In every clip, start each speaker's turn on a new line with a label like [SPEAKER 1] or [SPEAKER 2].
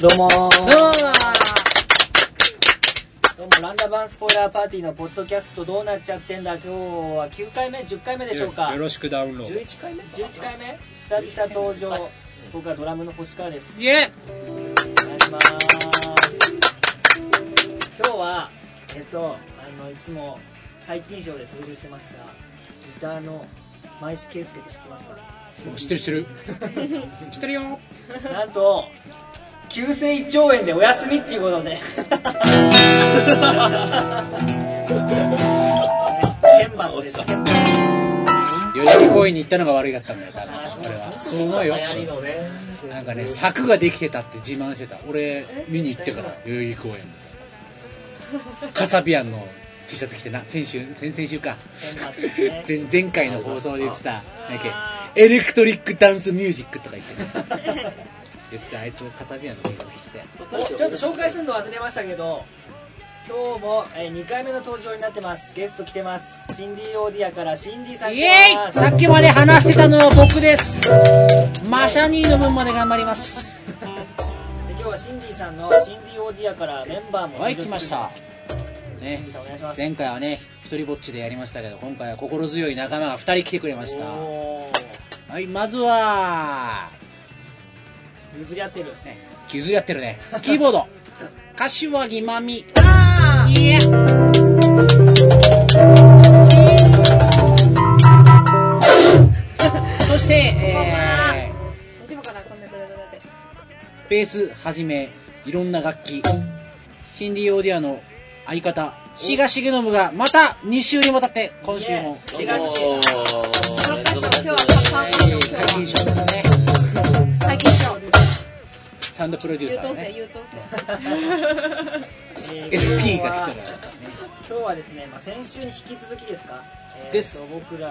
[SPEAKER 1] どうも
[SPEAKER 2] ど
[SPEAKER 1] ー
[SPEAKER 2] うも
[SPEAKER 1] どうもランダバンスポイラーパーティーのポッドキャストどうなっちゃってんだ今日は9回目10回目でしょうか
[SPEAKER 3] よろしくダウンロード
[SPEAKER 1] 11回目11回目久々登場僕はドラムの星川です
[SPEAKER 2] イエ
[SPEAKER 1] お願いします今日はえっとあのいつも皆勤賞で登場してましたギターの前石圭介って知ってますか
[SPEAKER 3] 知ってる知ってる知ってるよ
[SPEAKER 1] なんと急性胃腸炎でお休みっていうことで天罰です天罰
[SPEAKER 3] 代々木公園に行ったのが悪いかったんだよ多分
[SPEAKER 1] あそう
[SPEAKER 3] 俺はそう思うよ
[SPEAKER 4] 流行りのね
[SPEAKER 3] なんかね柵ができてたって自慢してた俺見に行ってから代々木公園カサビアンの T シャツ着てな先週先々週か
[SPEAKER 1] 天罰ですね
[SPEAKER 3] 前前回の放送で言ってたなんだっけエレクトリックダンスミュージックとか言ってた言ってたあいつカサビアンの映画着てたやつ
[SPEAKER 1] おちょっと紹介するの忘れましたけど今日も、え2回目の登場になってますゲスト来てますシンディオーディアからシンディさん
[SPEAKER 2] ーイ
[SPEAKER 1] 来
[SPEAKER 2] イエ
[SPEAKER 1] て
[SPEAKER 2] ーイ
[SPEAKER 1] ます
[SPEAKER 2] さっきまで話してたのは僕ですマシャニーの分まで頑張ります
[SPEAKER 1] で今日はシンディさんのシンディオーディアからメンバーも
[SPEAKER 3] はい来ました
[SPEAKER 1] シ
[SPEAKER 3] ね
[SPEAKER 1] ンディさんお願いします
[SPEAKER 3] 前回はね一人ぼっちでやりましたけど今回は心強い仲間が2人来てくれました
[SPEAKER 1] お
[SPEAKER 3] はいまずは、
[SPEAKER 1] ー譲り合ってる
[SPEAKER 3] ね、削り合ってるねキーボード柏木まみ
[SPEAKER 2] イ エーそして、え
[SPEAKER 5] 大丈夫かなこんなドラドラで。
[SPEAKER 3] ー、ベースはじめいろんな楽器シンディ・オーディアの相方志賀重信がまた2週にわたって今週も
[SPEAKER 1] いえ
[SPEAKER 3] も
[SPEAKER 1] お
[SPEAKER 5] 六箇所、今日は3箇所、今
[SPEAKER 3] 解禁
[SPEAKER 5] 日
[SPEAKER 3] 賞ですね
[SPEAKER 5] は最近賞。
[SPEAKER 3] サウンドプロデュー
[SPEAKER 5] 優
[SPEAKER 3] サーの
[SPEAKER 5] 等生、
[SPEAKER 3] ね
[SPEAKER 5] 優等
[SPEAKER 1] えー
[SPEAKER 3] SP
[SPEAKER 1] 今日は
[SPEAKER 3] が来てる
[SPEAKER 1] 今日はですね、まあ、先週に引き続きですか、えー
[SPEAKER 3] です
[SPEAKER 1] と僕ら、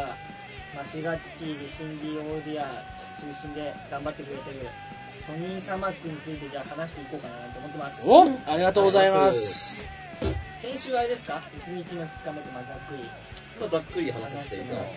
[SPEAKER 1] まあ、シガッチーリシンディオーディア中心で頑張ってくれてるソニーサマックについてじゃあ話していこうかなと思ってます
[SPEAKER 3] おありがとうございます
[SPEAKER 1] 先週あれですか1日目2日目とまあざっくり
[SPEAKER 4] まあざっくり話させていただきま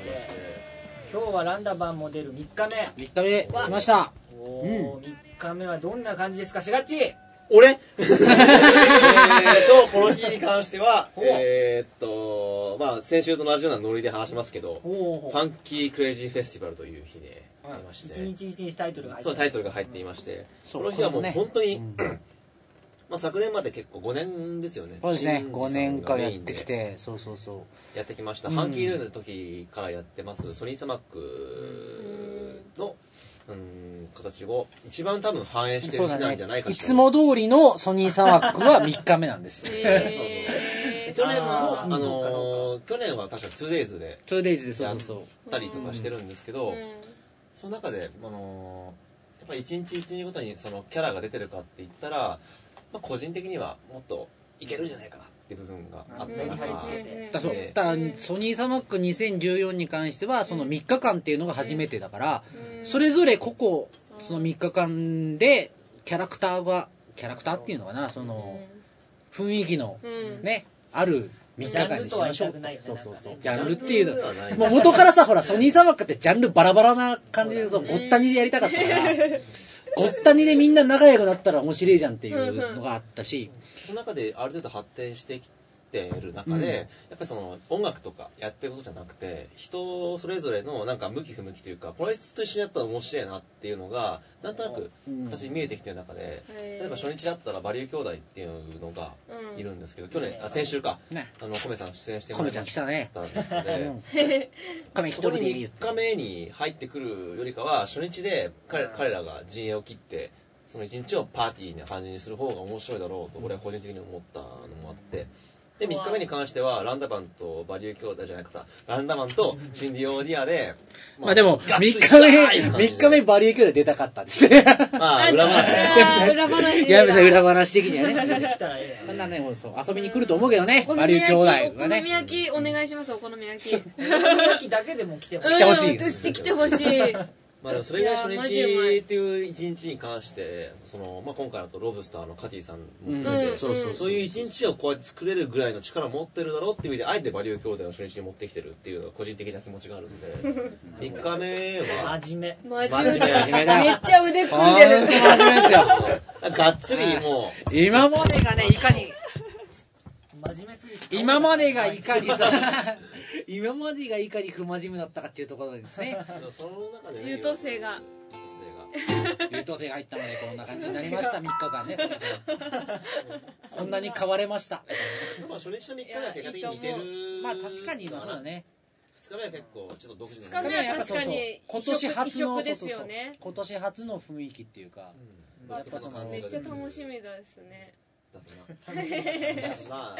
[SPEAKER 1] 今日はランダバンも出る3日目
[SPEAKER 3] 3日目来ました
[SPEAKER 1] おー、3日目はどんな感じですかシガッチー
[SPEAKER 4] 俺 えーと、この日に関しては、
[SPEAKER 1] お
[SPEAKER 4] えーっと、まあ先週と同じようなノリで話しますけど、
[SPEAKER 1] お
[SPEAKER 4] ファンキークレイジーフェスティバルという日で、ありまして、
[SPEAKER 1] 1日1日タイトルが入って
[SPEAKER 4] そう
[SPEAKER 1] る
[SPEAKER 4] タイトルが入っていまして、
[SPEAKER 3] そ
[SPEAKER 4] こ
[SPEAKER 3] う
[SPEAKER 4] の日はもう
[SPEAKER 3] これもね
[SPEAKER 4] 本当に、
[SPEAKER 3] うん
[SPEAKER 4] まあ昨年まで結構5年ですよね。
[SPEAKER 3] そうですね5
[SPEAKER 4] 新次さん
[SPEAKER 3] 年
[SPEAKER 4] が
[SPEAKER 3] 間
[SPEAKER 4] メ
[SPEAKER 3] や
[SPEAKER 4] イ
[SPEAKER 3] っ
[SPEAKER 4] ン
[SPEAKER 3] て
[SPEAKER 4] で
[SPEAKER 3] きてそうそうそう
[SPEAKER 4] やってきました、
[SPEAKER 3] うん
[SPEAKER 4] ハンキーヌーの時からやってますソニーサマックの、うん、形を一番多分反映してる
[SPEAKER 3] そ
[SPEAKER 4] ん
[SPEAKER 3] う
[SPEAKER 4] じ
[SPEAKER 3] だ
[SPEAKER 4] ゃな
[SPEAKER 3] ね
[SPEAKER 4] いか。と
[SPEAKER 3] いつも通りのソニーサワックは3日目なんです。
[SPEAKER 5] 生。
[SPEAKER 3] 2days
[SPEAKER 5] え
[SPEAKER 4] 去年も
[SPEAKER 1] あー
[SPEAKER 4] あのー去年は確か 2days で
[SPEAKER 3] でそう
[SPEAKER 4] や
[SPEAKER 3] そ
[SPEAKER 4] っ
[SPEAKER 3] うそう。
[SPEAKER 4] たりとかしてるんですけ
[SPEAKER 5] ー
[SPEAKER 4] ど、
[SPEAKER 5] うん
[SPEAKER 4] その中で、あのーやっぱ一日一日ごとにそのキャラが出てるかって言ったら、まあ、個人的にはもっといけるんじゃないかなっていう部分があった
[SPEAKER 1] 目に貼り付け
[SPEAKER 4] 中
[SPEAKER 1] て
[SPEAKER 3] だそう
[SPEAKER 4] ええ
[SPEAKER 3] だソニーサマック2014に関してはその3日間っていうのが初めてだから、それぞれ個々その3日間でキャラクターがキャラクターっていうのかなその雰囲気の
[SPEAKER 5] うん
[SPEAKER 3] ねある3日間にしましょ
[SPEAKER 1] ジャンルとは言いた
[SPEAKER 3] う
[SPEAKER 1] くないよね
[SPEAKER 3] そうそうそう
[SPEAKER 1] なん
[SPEAKER 3] ジ
[SPEAKER 1] か
[SPEAKER 3] ャンル
[SPEAKER 4] ル
[SPEAKER 3] っていうの
[SPEAKER 4] はない
[SPEAKER 3] もう元からさ、ほら、ソニーサマックってジャンルバラバラな感じで、そう、ごったにでやりたかったから、ごったにでみんな仲良くなったら面白いじゃんっていうのがあったし、
[SPEAKER 4] その中である程度発展してきてる
[SPEAKER 3] う
[SPEAKER 4] 中で、
[SPEAKER 3] ん
[SPEAKER 4] やっぱりその音楽とかやってることじゃなくて人それぞれのなんか向き不向きというかこの人と一緒にやったら面白いなっていうのがなんとなく
[SPEAKER 3] うん
[SPEAKER 4] 形に見えてきてる中で、
[SPEAKER 5] へー
[SPEAKER 4] 例えば初日だったらバリュー兄弟っていうのがいるんですけど、去年あ先週か
[SPEAKER 3] ね、
[SPEAKER 4] あのコメさん出演して
[SPEAKER 3] コメちゃん来たね。
[SPEAKER 4] たんですけど、
[SPEAKER 3] うんコメ一
[SPEAKER 4] そ
[SPEAKER 3] 人
[SPEAKER 4] こ
[SPEAKER 3] で
[SPEAKER 4] に
[SPEAKER 3] いいよ
[SPEAKER 4] 3日目に入ってくるよりかは初日で彼彼らが陣営を切ってその1日をパーティーな感じにする方が面白いだろうと俺は個人的に思ったのもあってで3日目に関してはランダバンとバリュー兄弟じゃなくてランダバンとシンディオーディアで
[SPEAKER 3] まあでも、
[SPEAKER 4] ガ
[SPEAKER 3] 3
[SPEAKER 4] ッ
[SPEAKER 3] 日
[SPEAKER 4] ツリ
[SPEAKER 3] 目、
[SPEAKER 4] ガーッ
[SPEAKER 3] 3
[SPEAKER 4] て
[SPEAKER 3] 日目
[SPEAKER 4] 感じで
[SPEAKER 3] バリエーで出たかったですね。
[SPEAKER 4] まあ裏話で
[SPEAKER 5] あー裏話。
[SPEAKER 3] やめて、裏話的にはね。
[SPEAKER 1] 来たらええ
[SPEAKER 3] こ
[SPEAKER 1] や
[SPEAKER 3] ん
[SPEAKER 1] ん
[SPEAKER 3] なね、もうそう遊びに来ると思うけどね
[SPEAKER 5] お、好
[SPEAKER 3] バ
[SPEAKER 5] み
[SPEAKER 3] リュー
[SPEAKER 5] 焼き、
[SPEAKER 3] 兄
[SPEAKER 5] お
[SPEAKER 3] 弟
[SPEAKER 5] 好
[SPEAKER 3] が
[SPEAKER 5] み
[SPEAKER 3] ね。
[SPEAKER 5] 焼き、お願いします、お好み焼き。うん、
[SPEAKER 1] さっきだけでも来てもら
[SPEAKER 3] てほしい
[SPEAKER 5] 私来てほしい。
[SPEAKER 4] まあでもそれぐらい初
[SPEAKER 5] いやマジでうまい
[SPEAKER 4] 日っていう1日に関してその、まあ、今回だとロブスターのカティさんも含めて、
[SPEAKER 5] うんそうそう
[SPEAKER 4] そういう一日をこうやって作れるぐらいの力を持ってるだろうっていう意味で、あえてバリュー兄弟を初日に持ってきてるっていうのが個人的な気持ちがあるんで、3日目は、
[SPEAKER 1] 真面目
[SPEAKER 5] マジ
[SPEAKER 4] 真面目
[SPEAKER 5] で。
[SPEAKER 3] 真面目だ
[SPEAKER 5] めっ
[SPEAKER 3] よ。
[SPEAKER 5] ちゃ腕
[SPEAKER 3] ほ
[SPEAKER 5] 組
[SPEAKER 3] ん
[SPEAKER 5] ん
[SPEAKER 3] と
[SPEAKER 5] でる。
[SPEAKER 3] 真面目ですよ。
[SPEAKER 4] がっつりもう、
[SPEAKER 3] 今までがね、いかに、
[SPEAKER 1] 真面目すぎて
[SPEAKER 3] 今までがいかに さ、今までがいかに不真面目だったかっていうところですね。
[SPEAKER 4] その中でね
[SPEAKER 5] 優等生が。
[SPEAKER 4] 優
[SPEAKER 3] 優等生が入ったので、こんな感じになりました、3日 間ね。そろそろこんなに変われました。
[SPEAKER 4] 等生がまあ初日と3日目は結果的に似てる
[SPEAKER 3] まあ確かに、まあそうだね。
[SPEAKER 4] 2日目は結構ちょっと独自の
[SPEAKER 5] 二日目は確かに
[SPEAKER 3] 今年初の
[SPEAKER 5] 異色ですよね
[SPEAKER 3] そうそうそう今年初の雰囲気っていうか、
[SPEAKER 4] うん
[SPEAKER 5] わ
[SPEAKER 3] やっぱその
[SPEAKER 5] めっちゃ楽しみですね。
[SPEAKER 4] だとなだ とな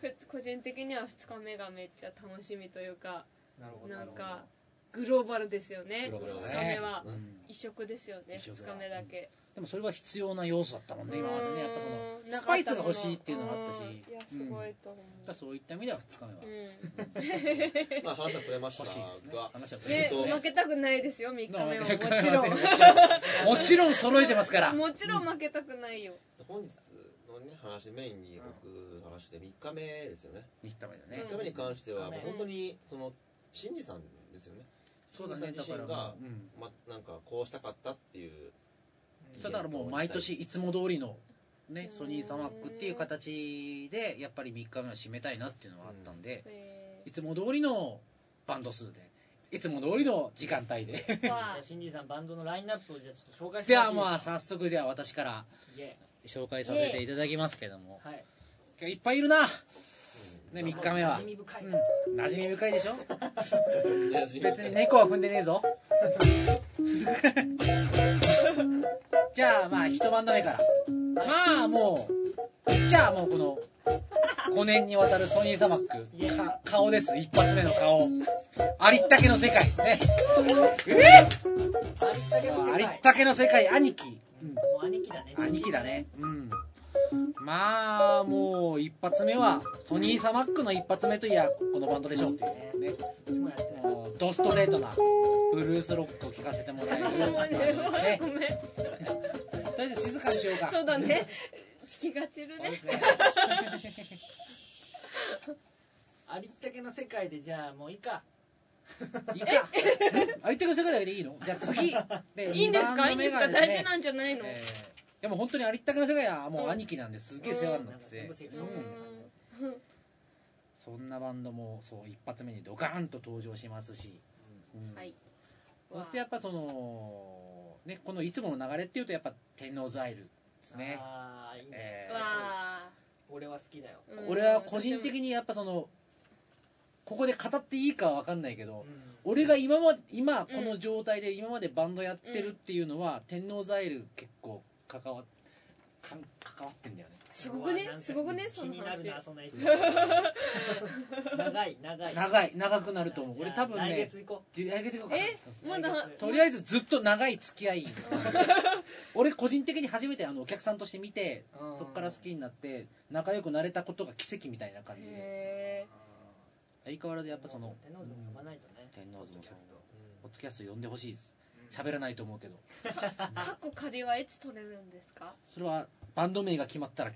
[SPEAKER 5] ふ個人的には2日目がめっちゃ楽しみというか、
[SPEAKER 1] なるほどな
[SPEAKER 5] な
[SPEAKER 1] る
[SPEAKER 5] ん
[SPEAKER 1] ほど
[SPEAKER 5] かグローバルですよね。
[SPEAKER 3] グローバルだね
[SPEAKER 5] 2日目は
[SPEAKER 4] う。ん
[SPEAKER 5] 異色ですよね、
[SPEAKER 3] 異色
[SPEAKER 5] 2
[SPEAKER 3] だ
[SPEAKER 5] 日目だけ。
[SPEAKER 3] でもそれは必要な要素だったもんね今までねやっぱ
[SPEAKER 5] う
[SPEAKER 3] そ
[SPEAKER 5] ーん
[SPEAKER 3] のスパイスが欲しいっていうのがあったし
[SPEAKER 5] うんいや、
[SPEAKER 3] うん
[SPEAKER 5] すごいと思
[SPEAKER 3] だからそういった意味では2日目は
[SPEAKER 5] う。う ん。
[SPEAKER 4] まあ話はそれました
[SPEAKER 3] 欲しいですね
[SPEAKER 4] が
[SPEAKER 3] 話はそれ
[SPEAKER 5] ね
[SPEAKER 3] ましたね、
[SPEAKER 5] 負けたくないですよ、3日目 は。もちろん。
[SPEAKER 3] もちろん揃えてますから
[SPEAKER 5] もちろん負けたくないよ。
[SPEAKER 4] 本日のね話メインに僕話して3日目ですよね
[SPEAKER 3] 3日目だね
[SPEAKER 4] 3日目に関しては
[SPEAKER 3] うん
[SPEAKER 4] もう本当にその新次さんですよね
[SPEAKER 3] そうだねだ
[SPEAKER 4] 自
[SPEAKER 3] か
[SPEAKER 4] 身
[SPEAKER 3] ら
[SPEAKER 4] が
[SPEAKER 3] もう、うん
[SPEAKER 4] まなんかこうしたかったっていう
[SPEAKER 3] だからもう毎年いつも通りのねソニーサマックっていう形でやっぱり3日目は締めたいなっていうのはあったんで、
[SPEAKER 5] え
[SPEAKER 3] いつも通りのバンド数でいつも通りの時間帯で
[SPEAKER 5] ー、
[SPEAKER 1] じ
[SPEAKER 5] わ
[SPEAKER 1] ゃあシンディさんバンドのラインナップをじゃあちょっと紹介して
[SPEAKER 3] で
[SPEAKER 1] もら
[SPEAKER 3] は
[SPEAKER 1] っていい
[SPEAKER 3] まあ
[SPEAKER 1] ですか
[SPEAKER 3] 早速では私から
[SPEAKER 1] イエ
[SPEAKER 3] 紹介させていただきますけども、
[SPEAKER 1] ーはい
[SPEAKER 3] 今日いっぱいいるなね3日目は
[SPEAKER 1] 馴染み深い
[SPEAKER 3] うん馴染み深いでしょ
[SPEAKER 4] 別
[SPEAKER 3] 別に猫は踏んでねえぞじゃあまあ一晩目からまあもうじゃあもうこの5年にわたるソニーサマックか顔です一発目の顔ありったけの世界ですねえっ
[SPEAKER 1] ありったけの世
[SPEAKER 3] ありっ
[SPEAKER 1] 界
[SPEAKER 3] たけの世界兄貴、うん
[SPEAKER 1] もう兄貴だね
[SPEAKER 3] 兄貴だね。うん。まあ、もう、一発目は、ソニーサマックの一発目といや、このバンドでしょうっていうね。
[SPEAKER 1] いつもやってない
[SPEAKER 3] もう、ドストレートな、ブルースロックを聴かせてもらえるバン
[SPEAKER 5] ー。
[SPEAKER 3] ド
[SPEAKER 5] ごめん
[SPEAKER 3] ですね
[SPEAKER 5] ご。めん。
[SPEAKER 3] とりあえず静かにしようか。
[SPEAKER 5] そうだね。気が散る
[SPEAKER 3] そうで
[SPEAKER 5] ね。
[SPEAKER 3] すね。
[SPEAKER 1] ありったけの世界でじゃあもういいか
[SPEAKER 3] いいか。ありったけの世界だけでいいのじゃあ次。
[SPEAKER 5] いいんです
[SPEAKER 3] 二
[SPEAKER 5] かい
[SPEAKER 3] 番
[SPEAKER 5] いん
[SPEAKER 3] 目
[SPEAKER 5] です
[SPEAKER 3] が
[SPEAKER 5] か
[SPEAKER 3] で
[SPEAKER 5] 大事なんじゃない
[SPEAKER 3] す
[SPEAKER 5] の
[SPEAKER 3] ねえーいやもう本当にありったけの世界はもう兄貴なんですすげえ世話になって
[SPEAKER 1] うんなんか
[SPEAKER 3] て
[SPEAKER 1] 全部
[SPEAKER 5] う
[SPEAKER 1] 世話になって
[SPEAKER 5] ん
[SPEAKER 3] そんなバンドもそう一発目にドカーンと登場しますし、うん
[SPEAKER 5] はい。
[SPEAKER 3] そしてやっぱその、ね、このいつもの流れっていうとやっぱ天王ザイルですね。
[SPEAKER 1] ああいいね
[SPEAKER 3] えー
[SPEAKER 5] わ
[SPEAKER 1] 俺は好きだよ
[SPEAKER 5] ー
[SPEAKER 3] 俺は個人的にやっぱその、ここで語っていいかはわかんないけど、俺が今ま、今この状態で今までバンドやってるっていうのは、天王ザイル結構関わっ、かん関わってんだよね。
[SPEAKER 5] すごくね
[SPEAKER 1] うわなんか
[SPEAKER 5] すごくねそ
[SPEAKER 1] 気
[SPEAKER 5] の
[SPEAKER 1] になる
[SPEAKER 5] 話
[SPEAKER 1] なそんなやつ長 い長い
[SPEAKER 3] 長い、長くなると思う。俺多分
[SPEAKER 1] 来
[SPEAKER 3] ね、
[SPEAKER 1] 月行こ
[SPEAKER 3] 来月行こうか
[SPEAKER 5] え
[SPEAKER 1] う
[SPEAKER 5] まだ
[SPEAKER 1] 来月
[SPEAKER 3] とりあえずずっと長い付き合 い俺個人的に初めてあのお客さんとして見て
[SPEAKER 1] うん
[SPEAKER 3] そっから好きになって仲良くなれたことが奇跡みたいな感じで
[SPEAKER 5] へ
[SPEAKER 3] 相変わらずやっぱその
[SPEAKER 1] 天皇像呼ばないとね
[SPEAKER 3] 天皇像もそう
[SPEAKER 4] う
[SPEAKER 3] ポッドキャスト呼んでほしいです喋らないと思うけど
[SPEAKER 5] ー過去仮はいつ取れるんですか
[SPEAKER 3] それはバンド名が決まったら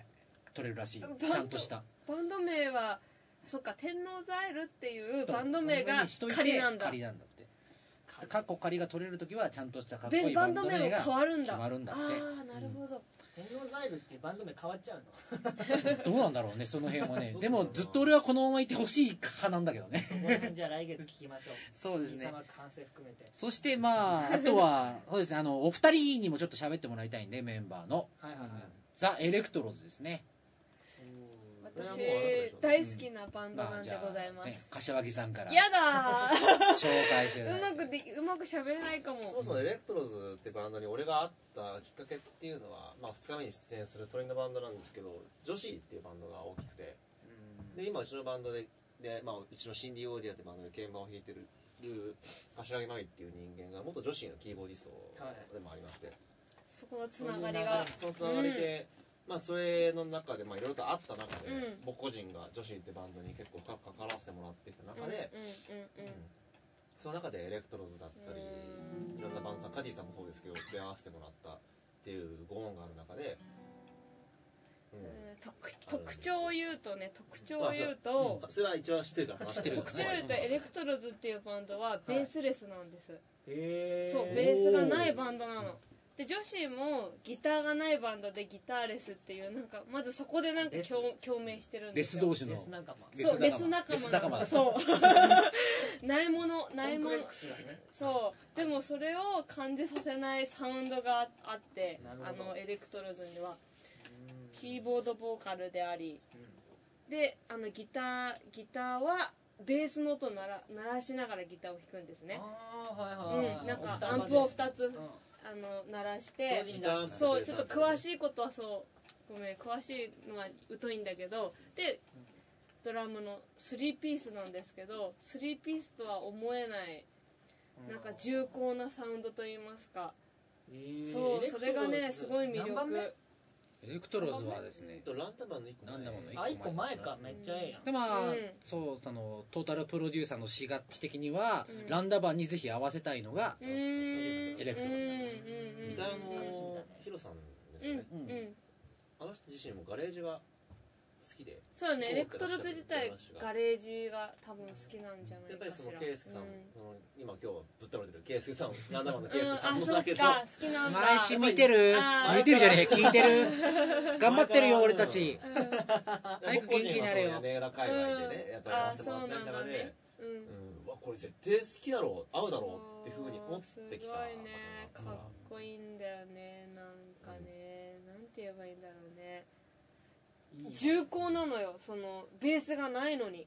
[SPEAKER 3] 取れるらしい
[SPEAKER 5] バン
[SPEAKER 3] ち
[SPEAKER 5] ド
[SPEAKER 3] ゃんとした
[SPEAKER 5] バンド名はそっか天王ザイルっていうバンド名が
[SPEAKER 3] しといて
[SPEAKER 5] 仮なんだ
[SPEAKER 3] 仮なんだって過去仮が取れる時はちゃんとしたかっこい
[SPEAKER 5] で
[SPEAKER 3] い
[SPEAKER 5] バ
[SPEAKER 3] バ
[SPEAKER 5] ン
[SPEAKER 3] ン
[SPEAKER 5] ド
[SPEAKER 3] ド
[SPEAKER 5] 名
[SPEAKER 3] 名
[SPEAKER 5] も
[SPEAKER 3] が
[SPEAKER 5] 変わるんだ
[SPEAKER 3] 決まるんだって
[SPEAKER 5] ああなるほど、
[SPEAKER 1] 天皇ザイルっていうバンド名変わっちゃうの
[SPEAKER 3] どうなんだろうねその辺はね
[SPEAKER 4] どうす
[SPEAKER 3] で
[SPEAKER 4] るの
[SPEAKER 3] もずっと俺はこのままいてほしい派なんだけどね
[SPEAKER 1] そこら辺じゃあ来月聞きましょう
[SPEAKER 3] そうです
[SPEAKER 1] 貴
[SPEAKER 3] ね
[SPEAKER 1] 様完成含めて
[SPEAKER 3] そしてまあ、あとは、 そうですね、あの、お二人にもちょっと喋ってもらいたいんで、メンバーの。
[SPEAKER 1] はいはいはい
[SPEAKER 3] ザ・エレクトロズですね。
[SPEAKER 4] これは
[SPEAKER 5] 私
[SPEAKER 4] もうあなたでしょ
[SPEAKER 5] 大好きなバンド
[SPEAKER 3] ま
[SPEAKER 5] な
[SPEAKER 3] あ、
[SPEAKER 5] ん
[SPEAKER 3] じ
[SPEAKER 5] で
[SPEAKER 3] ゃあ
[SPEAKER 5] ございます、
[SPEAKER 3] ね柏木さんから
[SPEAKER 5] やだ
[SPEAKER 3] 紹介 してく
[SPEAKER 5] ー
[SPEAKER 3] だ
[SPEAKER 5] う
[SPEAKER 3] さ
[SPEAKER 5] ま
[SPEAKER 3] い
[SPEAKER 5] くできうまく喋れないか
[SPEAKER 4] そも
[SPEAKER 5] も
[SPEAKER 4] そもエレクトロズってバンドに俺が会ったきっかけっていうのは、まあ、2日目に出演するトレンドバンドなんですけど女子っていうバンドが大きくてで今うちのバンドでで、まあ、うちのシンディ・オーディアってバンドで鍵盤を弾いてる柏木真由っていう人間が元女子のキーボーディストでもありまして、
[SPEAKER 5] そこのつながりが
[SPEAKER 4] そのつながりで、まあそれの中でまあいろいろとあった中で、
[SPEAKER 5] うん
[SPEAKER 4] 僕個人が女子ってバンドに結構か関わらせてもらってきた中で、
[SPEAKER 5] うんうんうんうん
[SPEAKER 4] その中でエレクトロズだったり、いろんなバンドさんカジーさんもそうですけど出会わせてもらったっていうご恩がある中で、う
[SPEAKER 5] うん特特徴を言うとね特徴を言うと、
[SPEAKER 4] ん、それは一番知ってるから話して る
[SPEAKER 5] 特徴を言うとエレクトロズっていうバンドはベースレスなんです、
[SPEAKER 1] へえ
[SPEAKER 5] そうベースがないバンドなの、で女子もギターがないバンドでギターレスっていうなんかまずそこでなんか
[SPEAKER 6] レス
[SPEAKER 5] 共共鳴してるん
[SPEAKER 3] レ
[SPEAKER 5] です
[SPEAKER 3] ス
[SPEAKER 5] よ
[SPEAKER 3] 同士
[SPEAKER 6] レ
[SPEAKER 3] の
[SPEAKER 6] ス仲間
[SPEAKER 3] レス
[SPEAKER 5] そうレ
[SPEAKER 3] 仲
[SPEAKER 5] ス
[SPEAKER 3] 間
[SPEAKER 5] 仲間
[SPEAKER 3] レス仲間
[SPEAKER 5] そうないものないも
[SPEAKER 6] コンプ
[SPEAKER 5] の
[SPEAKER 6] レックスだね
[SPEAKER 5] そうでもそれを感じさせないサウンドがあって
[SPEAKER 1] なる
[SPEAKER 5] あ
[SPEAKER 1] ほど
[SPEAKER 5] のエレクトロズには
[SPEAKER 1] うん
[SPEAKER 5] キーボードボーカルでありであのギターギターはベースの音を鳴ら鳴らしながらギターを弾くんですね
[SPEAKER 6] ああ
[SPEAKER 5] う
[SPEAKER 6] ーはいはい、
[SPEAKER 5] んなんか
[SPEAKER 6] 歌
[SPEAKER 5] ア
[SPEAKER 6] まで
[SPEAKER 5] ンプを2つ
[SPEAKER 6] うん
[SPEAKER 5] あの鳴らし
[SPEAKER 6] 同
[SPEAKER 5] て
[SPEAKER 6] 時に出す
[SPEAKER 5] そうちょっと詳しいことはそうごめん詳しいのは疎いんだけどでドラムの3ピースなんですけど3ピースとは思えないなんか重厚なサウンドといいますか
[SPEAKER 1] えー
[SPEAKER 5] そうそれが
[SPEAKER 6] エレクトロ
[SPEAKER 5] ね
[SPEAKER 6] ズ
[SPEAKER 5] すごい魅
[SPEAKER 6] 何番目
[SPEAKER 5] 力
[SPEAKER 3] エレクトロズはです
[SPEAKER 4] えっ
[SPEAKER 3] ね
[SPEAKER 4] とランタマンの一個
[SPEAKER 3] ランタマンの一
[SPEAKER 6] あ一個前かめっちゃええやん
[SPEAKER 3] でまあ、
[SPEAKER 5] うん
[SPEAKER 3] そうあのトータルプロデューサーのしがち的には、
[SPEAKER 5] うん
[SPEAKER 3] ランダバーにぜひ合わせたいのが
[SPEAKER 5] うーん
[SPEAKER 3] エレクトロズ
[SPEAKER 5] うんうんうん
[SPEAKER 4] ギタ
[SPEAKER 6] 楽
[SPEAKER 4] ー
[SPEAKER 6] しみだ
[SPEAKER 4] の
[SPEAKER 6] ね
[SPEAKER 4] ヒロさんです
[SPEAKER 5] うん
[SPEAKER 4] よね、
[SPEAKER 3] うん
[SPEAKER 5] うん
[SPEAKER 4] あの人自身もガレージは好きで
[SPEAKER 5] そうよね
[SPEAKER 4] そう
[SPEAKER 5] エレクトロズ自体
[SPEAKER 4] ガレージが
[SPEAKER 5] ガレージが多分好きなんじゃない
[SPEAKER 4] やっぱ
[SPEAKER 5] か
[SPEAKER 4] りそ
[SPEAKER 5] し
[SPEAKER 4] の
[SPEAKER 5] ら
[SPEAKER 4] 圭介さん、
[SPEAKER 5] うん
[SPEAKER 4] その今今日はぶっ倒れてる圭介さんランダマンの
[SPEAKER 5] う
[SPEAKER 4] 圭
[SPEAKER 5] ん
[SPEAKER 4] 介さん
[SPEAKER 5] あ
[SPEAKER 4] も
[SPEAKER 5] そ
[SPEAKER 4] だ
[SPEAKER 5] っ
[SPEAKER 4] けど、
[SPEAKER 5] か好きなんだ
[SPEAKER 3] 毎週見てる
[SPEAKER 5] あー
[SPEAKER 3] 見てるじゃねえ聞いてる頑張ってるよ俺たち
[SPEAKER 5] うん
[SPEAKER 4] 僕個人はそういうねら界隈でね、
[SPEAKER 5] うん
[SPEAKER 4] やっぱり合わせてもらったりとかで、
[SPEAKER 5] うん
[SPEAKER 4] う、ん、うわこれ絶対好きだろう合うだろうっていうふうに思ってきた
[SPEAKER 5] すごいね
[SPEAKER 4] 方
[SPEAKER 5] か
[SPEAKER 4] 々
[SPEAKER 5] っこいいんだよねなんかね、なんて言えばいいんだろうね重厚なのよそのベースがないの に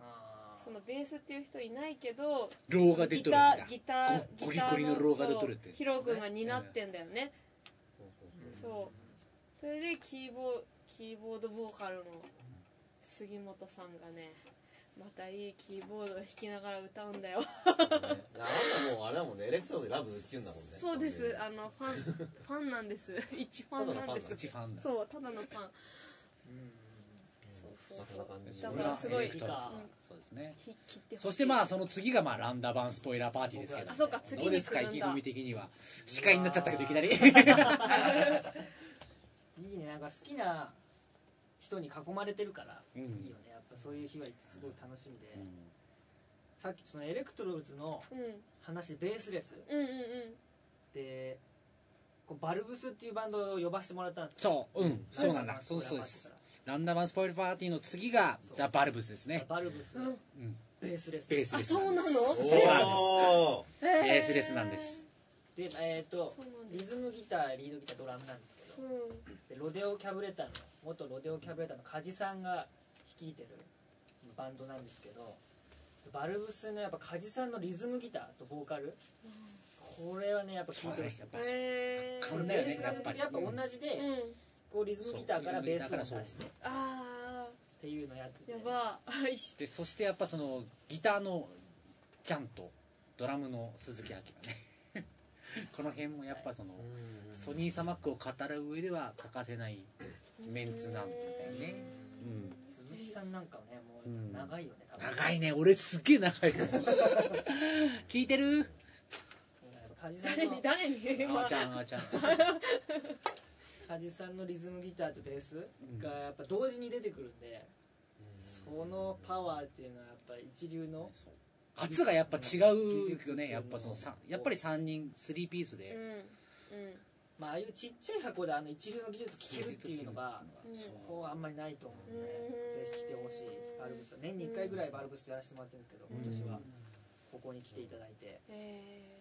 [SPEAKER 6] あー
[SPEAKER 5] そのベースっていう人いないけど
[SPEAKER 3] ローが出
[SPEAKER 5] ギ
[SPEAKER 3] とるんだ
[SPEAKER 5] ターギター
[SPEAKER 3] ゴゴリゴリのローが出とるって
[SPEAKER 5] そうヒロ君が担ってんだよね、
[SPEAKER 4] う
[SPEAKER 5] そうそれでキーボーキーボードボーカルの杉本さんがねまたいいキーボードを弾きながら歌うんだよ
[SPEAKER 4] んうんねあなたもうあれだもんねエレクトロでラブズって言うんだもんね
[SPEAKER 5] そうです。あのファンファンなんです。一ファンなんです。
[SPEAKER 3] 一ファンだ
[SPEAKER 5] そうただのファン。そう
[SPEAKER 4] まあそんな感じ
[SPEAKER 5] だからすごい
[SPEAKER 3] エレクトロズそうですね
[SPEAKER 5] き切ってほしい。
[SPEAKER 3] そしてまあその次がまあランダバンスポイラーパーティーですけど
[SPEAKER 5] あそうか次
[SPEAKER 3] ど
[SPEAKER 5] に
[SPEAKER 3] うですか
[SPEAKER 5] 来
[SPEAKER 3] 意
[SPEAKER 5] るんだ
[SPEAKER 3] 気込み的には司会になっちゃったけどいきな り
[SPEAKER 1] いいねなんか好きな人に囲まれてるから、
[SPEAKER 3] うん
[SPEAKER 1] いいよねやっぱそういう日がすごい楽しみで、
[SPEAKER 3] うん
[SPEAKER 1] さっきそのエレクトロズの
[SPEAKER 5] うんうん
[SPEAKER 1] 話ベースレス
[SPEAKER 5] うん
[SPEAKER 1] でこうバルブスっていうバンドを呼ばせてもらったんですよ
[SPEAKER 3] そううんそうなんだ
[SPEAKER 1] ライブ
[SPEAKER 3] そう
[SPEAKER 1] の
[SPEAKER 3] そう
[SPEAKER 1] ライブ
[SPEAKER 3] で
[SPEAKER 1] だ
[SPEAKER 3] す
[SPEAKER 1] か
[SPEAKER 3] ランダバンスポイラーパーティーの次が
[SPEAKER 1] そう
[SPEAKER 3] ザ・バルブスです
[SPEAKER 1] ら
[SPEAKER 3] ね
[SPEAKER 1] バルブス、
[SPEAKER 5] うん。
[SPEAKER 3] うん
[SPEAKER 1] ベースレス
[SPEAKER 3] ベース
[SPEAKER 5] あ
[SPEAKER 3] レス
[SPEAKER 5] そうなの？
[SPEAKER 3] おー
[SPEAKER 4] お
[SPEAKER 5] え
[SPEAKER 3] ベ
[SPEAKER 5] ー
[SPEAKER 3] ースレスなんです。
[SPEAKER 1] でえっ、と
[SPEAKER 5] そうなんで
[SPEAKER 1] リ
[SPEAKER 5] す。
[SPEAKER 1] ズムギターリードギタードラムなんですけど
[SPEAKER 5] うん
[SPEAKER 1] でロデオキャブレターの元ロデオキャブレターの梶さんが率いてるバンドなんですけどバルブスのやっぱ梶さんのリズムギターとボーカルこれはねやっぱ聴いてほしい
[SPEAKER 3] やっぱり
[SPEAKER 5] え
[SPEAKER 1] こ
[SPEAKER 3] こ
[SPEAKER 1] の
[SPEAKER 3] れ
[SPEAKER 1] ベ
[SPEAKER 3] ね
[SPEAKER 1] ースが抜けて
[SPEAKER 3] や
[SPEAKER 1] や
[SPEAKER 3] っ
[SPEAKER 1] っ
[SPEAKER 3] ぱ
[SPEAKER 1] ぱ
[SPEAKER 3] り
[SPEAKER 1] 同じ
[SPEAKER 5] ー。う
[SPEAKER 1] で
[SPEAKER 5] ん。
[SPEAKER 1] こうリズムギターからベースを出
[SPEAKER 3] そうリ
[SPEAKER 1] し
[SPEAKER 3] ズ
[SPEAKER 1] てっ
[SPEAKER 5] あ
[SPEAKER 1] ていうのやって
[SPEAKER 5] ー
[SPEAKER 1] て
[SPEAKER 5] やば。あいし
[SPEAKER 3] でそしてやっぱそのギターのちゃんとドラムの鈴木明がね この辺もやっぱその
[SPEAKER 4] ー
[SPEAKER 3] ソニーサマックを語る上では欠かせないメンツなんだよねうん
[SPEAKER 1] 鈴木さんなんかはねもう長いよね多分
[SPEAKER 3] 長いね俺すっげえ長 い聞いてる
[SPEAKER 1] 梶さ
[SPEAKER 5] 誰
[SPEAKER 1] ん
[SPEAKER 5] に
[SPEAKER 1] の
[SPEAKER 5] 誰に
[SPEAKER 3] あ
[SPEAKER 5] 今
[SPEAKER 3] ーちゃんあーちゃん
[SPEAKER 1] 梶さんのリズムギターとベースがやっぱ同時に出てくるんでそのパワーっていうのはやっぱ一流の
[SPEAKER 3] 圧がやっぱ違うよねやっぱそのさやっぱり3人3ピース
[SPEAKER 5] う
[SPEAKER 3] で
[SPEAKER 5] んうん。
[SPEAKER 1] まあ、ああいうちっちゃい箱であの一流の技術聴けるっていうのが
[SPEAKER 5] うん
[SPEAKER 1] そこはあんまりないと思うんで
[SPEAKER 5] うん
[SPEAKER 1] ぜひ来てほしいバルブス年に1回ぐらいバルブスやらせてもらってるんですけど
[SPEAKER 3] うん
[SPEAKER 1] 今年はここに来ていただいて
[SPEAKER 5] え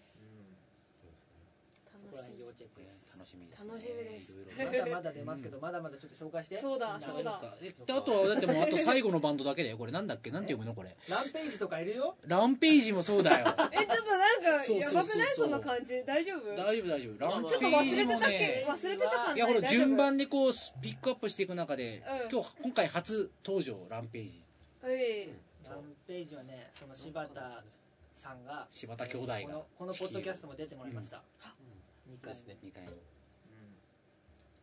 [SPEAKER 1] そ
[SPEAKER 5] ー
[SPEAKER 1] こら
[SPEAKER 5] 楽し
[SPEAKER 1] 辺
[SPEAKER 5] い
[SPEAKER 1] 要。チェックです
[SPEAKER 3] 楽しみです
[SPEAKER 5] 楽しみです
[SPEAKER 3] いろいろ
[SPEAKER 1] まだ まだ出ますけどまだまだちょっと紹介して
[SPEAKER 5] そうだ
[SPEAKER 1] みんな
[SPEAKER 5] そうだ
[SPEAKER 3] えであとはだってもうあと最後のバンドだけだよこれなんだっけなんて読むのこれ
[SPEAKER 1] ランページとかいるよ
[SPEAKER 3] ランページもそうだよ
[SPEAKER 5] えちょっとなん
[SPEAKER 3] そ
[SPEAKER 5] か
[SPEAKER 3] うそうそ
[SPEAKER 5] や
[SPEAKER 3] うそう
[SPEAKER 5] ばくないその感じ大丈夫？
[SPEAKER 3] 大丈夫大丈夫ラン
[SPEAKER 5] ちょっと
[SPEAKER 3] ペー
[SPEAKER 5] 忘
[SPEAKER 3] ジ
[SPEAKER 5] れて
[SPEAKER 3] も
[SPEAKER 5] たっけ
[SPEAKER 3] ね
[SPEAKER 5] 忘れてたか
[SPEAKER 3] いやほら
[SPEAKER 5] 大丈夫
[SPEAKER 3] 順番でこうピックアップしていく中で、
[SPEAKER 5] うん
[SPEAKER 3] 今日今回初登場ランページ
[SPEAKER 5] はい
[SPEAKER 1] ランページはねその柴田さんが
[SPEAKER 3] 柴田兄弟が
[SPEAKER 1] このこのポッドキャストも出てもらいました2
[SPEAKER 4] で
[SPEAKER 1] 回
[SPEAKER 4] すね
[SPEAKER 3] 2回も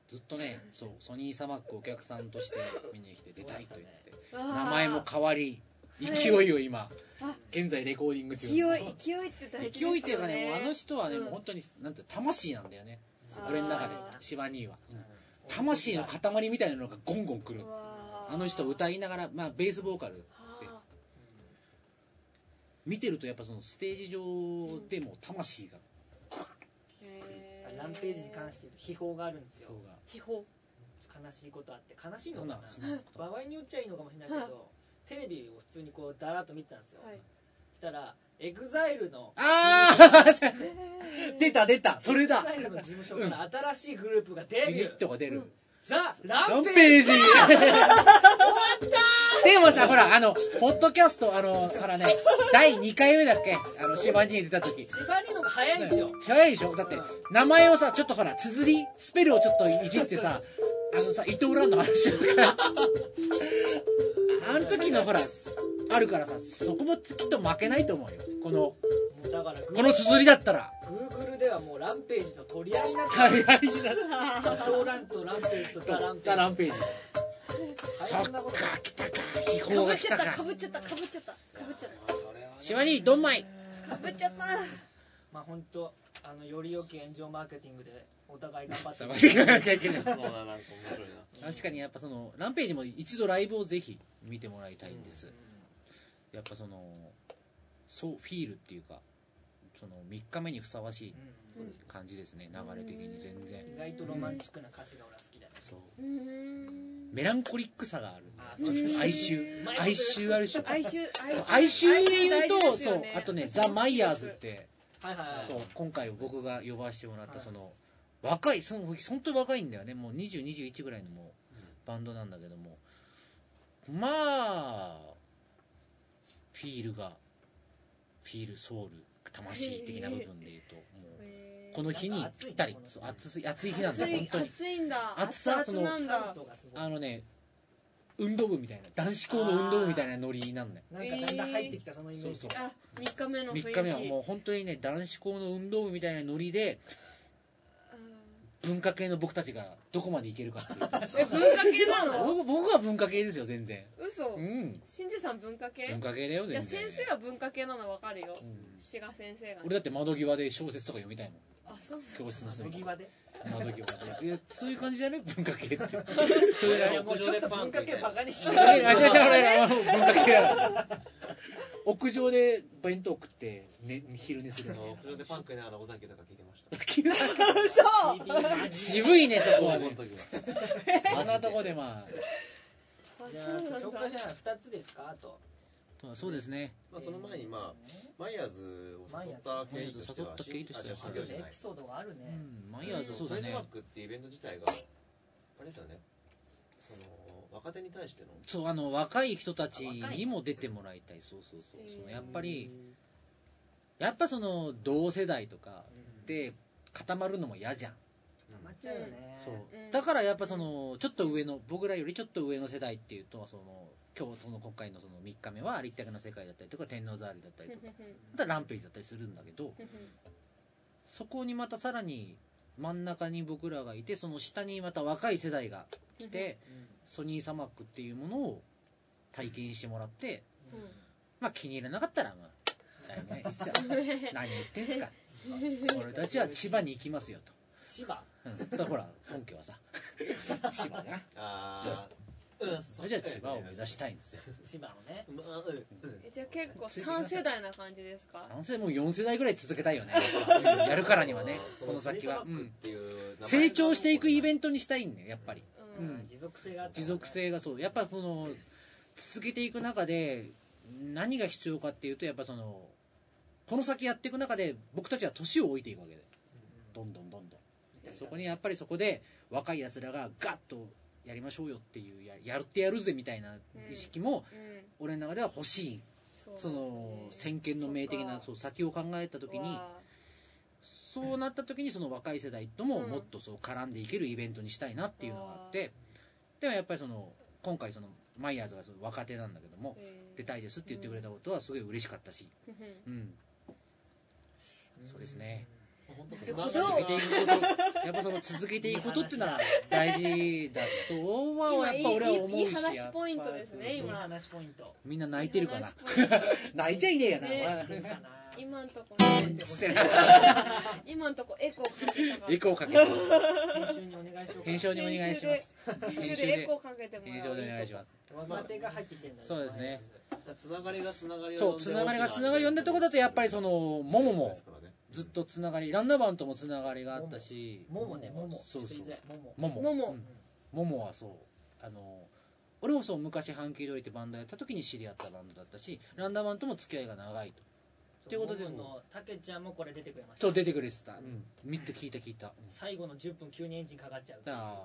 [SPEAKER 3] ずっとねそうソニーサマックお客さんとして見に来て出たいと言ってて
[SPEAKER 5] あー
[SPEAKER 3] 名前も変わり
[SPEAKER 5] ー
[SPEAKER 3] 勢いを今
[SPEAKER 5] あ
[SPEAKER 3] 現在レコーディング中
[SPEAKER 5] 勢い勢いって大事ですよ
[SPEAKER 3] 勢いっていうかねもうあの人はね、
[SPEAKER 5] うん
[SPEAKER 3] もう本当になんて魂なんだよね
[SPEAKER 5] あー
[SPEAKER 3] 俺の中で柴兄は魂の塊みたいなのがゴンゴンくる
[SPEAKER 5] うわー
[SPEAKER 3] あの人歌いながら、まあ、ベースボーカル
[SPEAKER 5] は
[SPEAKER 3] 見てるとやっぱそのステージ上でもう魂が
[SPEAKER 5] ーへー
[SPEAKER 1] ありランページに関して言うと秘宝があるんですよ
[SPEAKER 3] そうが
[SPEAKER 5] 秘宝
[SPEAKER 1] 悲しいことあって悲しいの
[SPEAKER 3] ど
[SPEAKER 1] か
[SPEAKER 3] ん
[SPEAKER 1] な
[SPEAKER 3] なそんなこと
[SPEAKER 1] 場合によっちゃいいのかもしれないけどテレビを普通にこうだらっと見てたんですよ、
[SPEAKER 5] はい
[SPEAKER 1] したらエグザイルの
[SPEAKER 3] ああ 出た出たそれだ
[SPEAKER 1] EXILE の事務所から新しいグループがデ
[SPEAKER 3] ユ
[SPEAKER 1] ビ
[SPEAKER 3] ニ
[SPEAKER 1] ュ
[SPEAKER 3] ッ
[SPEAKER 1] ー
[SPEAKER 3] トが出る。
[SPEAKER 1] ザ・ラ
[SPEAKER 3] ラ
[SPEAKER 1] ン
[SPEAKER 3] ン
[SPEAKER 1] ペ
[SPEAKER 3] ペ
[SPEAKER 1] ージ
[SPEAKER 3] ージ終わったでもさ、ほら、あの、ポッドキャスト、あの、ほらね、第2回目だっけあの、島に出た時。
[SPEAKER 1] 縛りのが早いんですよ
[SPEAKER 3] 早いでしょだって、名前をさ、ちょっとほら、綴り、スペルをちょっといじってさ、あのさ、伊藤蘭の話とか。あの時のほら、あるからさ、そこもきっと負けないと思うよ。この、
[SPEAKER 1] もうだからグ
[SPEAKER 3] この綴りだったら。
[SPEAKER 1] ーグルではもうランページの取り合いになってる
[SPEAKER 3] はいはい、だ
[SPEAKER 1] 伊藤蘭とランページとザ・ランペ
[SPEAKER 3] ザ・ラ
[SPEAKER 1] ージ
[SPEAKER 3] ンページ。そ
[SPEAKER 1] 大
[SPEAKER 3] っ
[SPEAKER 1] 変なこと
[SPEAKER 3] か、来たか。秘
[SPEAKER 5] か
[SPEAKER 3] 宝
[SPEAKER 5] ぶ
[SPEAKER 3] が
[SPEAKER 5] っ
[SPEAKER 3] 来
[SPEAKER 5] ちゃ
[SPEAKER 3] た
[SPEAKER 5] った
[SPEAKER 3] か
[SPEAKER 5] か。ぶっちゃったかぶっちゃったかぶっちゃっ
[SPEAKER 3] 島に、ドンマイ。
[SPEAKER 5] たかぶっちゃった
[SPEAKER 1] まあ本当あのより良き炎上マーケティングでお互い頑張って
[SPEAKER 3] 確
[SPEAKER 1] る
[SPEAKER 4] そうだな、なんか面白いな。
[SPEAKER 3] かにやっぱそのランページも一度ライブをぜひ見てもらいたいんです、やっぱそのそうフィールっていうかその3日目にふさわしい
[SPEAKER 1] うん
[SPEAKER 3] 感じですね流れ的に全然
[SPEAKER 1] 意外とロマンチックな歌詞が俺は好きだね
[SPEAKER 3] そう
[SPEAKER 5] うーん
[SPEAKER 3] メランコリックさがある
[SPEAKER 1] あ
[SPEAKER 3] そう
[SPEAKER 5] そうそう
[SPEAKER 3] 哀愁哀愁あるでしょ
[SPEAKER 5] 哀愁
[SPEAKER 3] 哀愁で言う
[SPEAKER 5] 哀愁大事
[SPEAKER 3] と、
[SPEAKER 5] です
[SPEAKER 3] そ
[SPEAKER 5] よ
[SPEAKER 3] うあとねザ・マイヤーズって
[SPEAKER 1] はいはいはい
[SPEAKER 3] そう今回僕が呼ばせてもらっ
[SPEAKER 1] は
[SPEAKER 3] た
[SPEAKER 1] い
[SPEAKER 3] その若いその本当に若いんだよねもう2021ぐらいのもうバンドなんだけどもまあフィールがフィールソウル魂的な部分で言うともう
[SPEAKER 5] へー
[SPEAKER 3] この日にぴったりそう暑い熱い日なんだ
[SPEAKER 5] 暑
[SPEAKER 3] よ本
[SPEAKER 5] い
[SPEAKER 3] 当に
[SPEAKER 5] 暑いんだ
[SPEAKER 3] 暑さ
[SPEAKER 5] 熱々なんだ
[SPEAKER 1] 関東がすごい
[SPEAKER 3] あのね運動部みたいな男子校の運動部みたいなノリなんだよ
[SPEAKER 1] なんかだんだん入ってきたそのイメ
[SPEAKER 3] そ
[SPEAKER 1] ー
[SPEAKER 3] う
[SPEAKER 1] ジ
[SPEAKER 3] そう
[SPEAKER 5] あ3日目の雰囲気
[SPEAKER 3] 3日目はもう本当にね男子校の運動部みたいなノリで文化系の僕たちがどこまでいけるかっていう
[SPEAKER 5] え文化系なの
[SPEAKER 3] 僕僕は文化系ですよ全然
[SPEAKER 5] 嘘
[SPEAKER 3] うん
[SPEAKER 5] しんじさん文化系
[SPEAKER 3] 文化系だよ
[SPEAKER 5] いや
[SPEAKER 3] 全
[SPEAKER 5] 先
[SPEAKER 3] 然
[SPEAKER 5] 生は文化系なの分かるよ
[SPEAKER 3] うん
[SPEAKER 5] 志賀先生が
[SPEAKER 3] 俺だって窓際で小説とか読みたいもん
[SPEAKER 5] あそう
[SPEAKER 3] 教室の
[SPEAKER 1] 野
[SPEAKER 3] 隅
[SPEAKER 1] 際で
[SPEAKER 3] 窓際でいやそういう感じじゃない文化系 ってそれ
[SPEAKER 1] い
[SPEAKER 3] な
[SPEAKER 1] や
[SPEAKER 3] り
[SPEAKER 1] い
[SPEAKER 3] に
[SPEAKER 1] やもうちょっと文化系バカにして
[SPEAKER 3] あ
[SPEAKER 1] る
[SPEAKER 3] 違う違う俺あの文化系だ 屋上で弁当食って、ね、昼寝する
[SPEAKER 4] あ の
[SPEAKER 3] の
[SPEAKER 4] 屋上でパン食いながら尾崎とか聞いてました。
[SPEAKER 3] 渋いねそこはね
[SPEAKER 4] 高校の時は。
[SPEAKER 3] あんなとこでま
[SPEAKER 1] じゃあ紹介したのは2つですかあと
[SPEAKER 3] あそうですね
[SPEAKER 4] まあその前にまあ、マイヤーズを誘った経緯として
[SPEAKER 3] マイヤーズ誘
[SPEAKER 4] は、
[SPEAKER 3] った経緯としては
[SPEAKER 1] あ
[SPEAKER 4] あ違
[SPEAKER 1] と
[SPEAKER 4] う新
[SPEAKER 1] ね
[SPEAKER 4] 業じゃ
[SPEAKER 1] エ
[SPEAKER 4] ない
[SPEAKER 1] ピ。ソードがある
[SPEAKER 3] う
[SPEAKER 1] ね
[SPEAKER 3] んマイヤーズそうだ
[SPEAKER 4] ソイズバッ
[SPEAKER 3] ね
[SPEAKER 4] クっていうイベント自体が、あれですよね、その、若手に対しての、
[SPEAKER 3] そうあの若い人たちにも出てもらいたいそうそうそうそのやっぱりやっぱその同世代とかで固まるのも嫌じゃん、
[SPEAKER 1] ハマっちゃうよね
[SPEAKER 3] そう
[SPEAKER 5] うん
[SPEAKER 3] だからやっぱそのちょっと上の僕らよりちょっと上の世代っていうとその今日その国会のその3日目はありったけの世界だったりとか天王沢りだったりとかまたランページだったりするんだけどそこにまたさらに真ん中に僕らがいてその下にまた若い世代が来てソニーサマックっていうものを体験してもらってまあ気に入らなかったらまあ来 年いいっすよ 何言ってん すか俺たちは千葉に行きますよと
[SPEAKER 1] 千葉
[SPEAKER 3] うん、だからほら本家は さ千葉だな
[SPEAKER 4] あー、うん、
[SPEAKER 3] それじゃあ千葉を目指したいんですよ
[SPEAKER 1] 千葉のね
[SPEAKER 4] うんうんうん
[SPEAKER 5] えじゃあ結構三世代な感じですか
[SPEAKER 3] 男性もう4世代ぐらい続けた いよねやるからにはねこの先は、うん、成長していくイベントにしたいんだよやっぱり
[SPEAKER 5] う
[SPEAKER 3] うん
[SPEAKER 5] ん
[SPEAKER 1] 持続性があった
[SPEAKER 3] 持続性がそうやっぱその続けていく中で何が必要かっていうとやっぱそのこの先やっていく中で僕たちは年を置いていくわけでどんどんどんどんそこにやっぱりそこで若い奴らがガッとやりましょうよっていうややるってやるぜみたいな意識も
[SPEAKER 5] うん
[SPEAKER 3] 俺の中では欲しいその先見の明的なそう先を考えた時にそうなった時にその若い世代とも
[SPEAKER 5] うん
[SPEAKER 3] もっとそう絡んでいけるイベントにしたいなっていうのがあってでもやっぱりその今回そのマイヤーズがその若手なんだけども出たいですって言ってくれたことはすごい嬉しかったしうんそうですね
[SPEAKER 4] 本当
[SPEAKER 3] 続けていくことやっぱその続けていくことっていうのは大事だとはやっぱ俺は思うし
[SPEAKER 5] 今いいいい話ポイントですね
[SPEAKER 1] 今
[SPEAKER 5] 今
[SPEAKER 1] 話ポイント
[SPEAKER 3] みんな泣いてるかな泣いちゃいねえよな
[SPEAKER 5] ね
[SPEAKER 1] いいかな
[SPEAKER 5] 今んとこ
[SPEAKER 3] 捨てない
[SPEAKER 5] 今んとこエコーかけたから
[SPEAKER 3] エコーかけて
[SPEAKER 1] 編集にお願いしようか
[SPEAKER 3] 編集にお願いします
[SPEAKER 5] 編
[SPEAKER 3] 編
[SPEAKER 5] 集
[SPEAKER 3] 集
[SPEAKER 5] でエ
[SPEAKER 3] で
[SPEAKER 5] コーかけても
[SPEAKER 3] 編
[SPEAKER 5] ら
[SPEAKER 3] 集
[SPEAKER 5] う
[SPEAKER 3] でお願いします
[SPEAKER 1] 若手が入ってきてるんだね
[SPEAKER 3] そうですね
[SPEAKER 4] つながりがつながりを
[SPEAKER 3] そう
[SPEAKER 4] 呼んで
[SPEAKER 3] つながりがつながりを呼んだとこだとやっぱりそのももも
[SPEAKER 2] ずっとつながりランナバンともつながりがあったし
[SPEAKER 1] ももねももち
[SPEAKER 3] そ
[SPEAKER 1] ょ
[SPEAKER 3] う
[SPEAKER 1] っ
[SPEAKER 3] そ
[SPEAKER 1] と言いうづらいもも
[SPEAKER 3] もも
[SPEAKER 5] もも
[SPEAKER 3] うんももはそうあの俺もそう昔阪急料理ってバンドやった時に知り合ったバンドだったしランダマンとも付き合いが長いと
[SPEAKER 1] そ
[SPEAKER 3] っていうことです
[SPEAKER 1] もものたけちゃんもこれ出てくれました
[SPEAKER 3] そう出てくれてたうんミット聞いた聞いた、うん
[SPEAKER 1] 最後の10分急にエンジンかかっちゃう
[SPEAKER 3] だか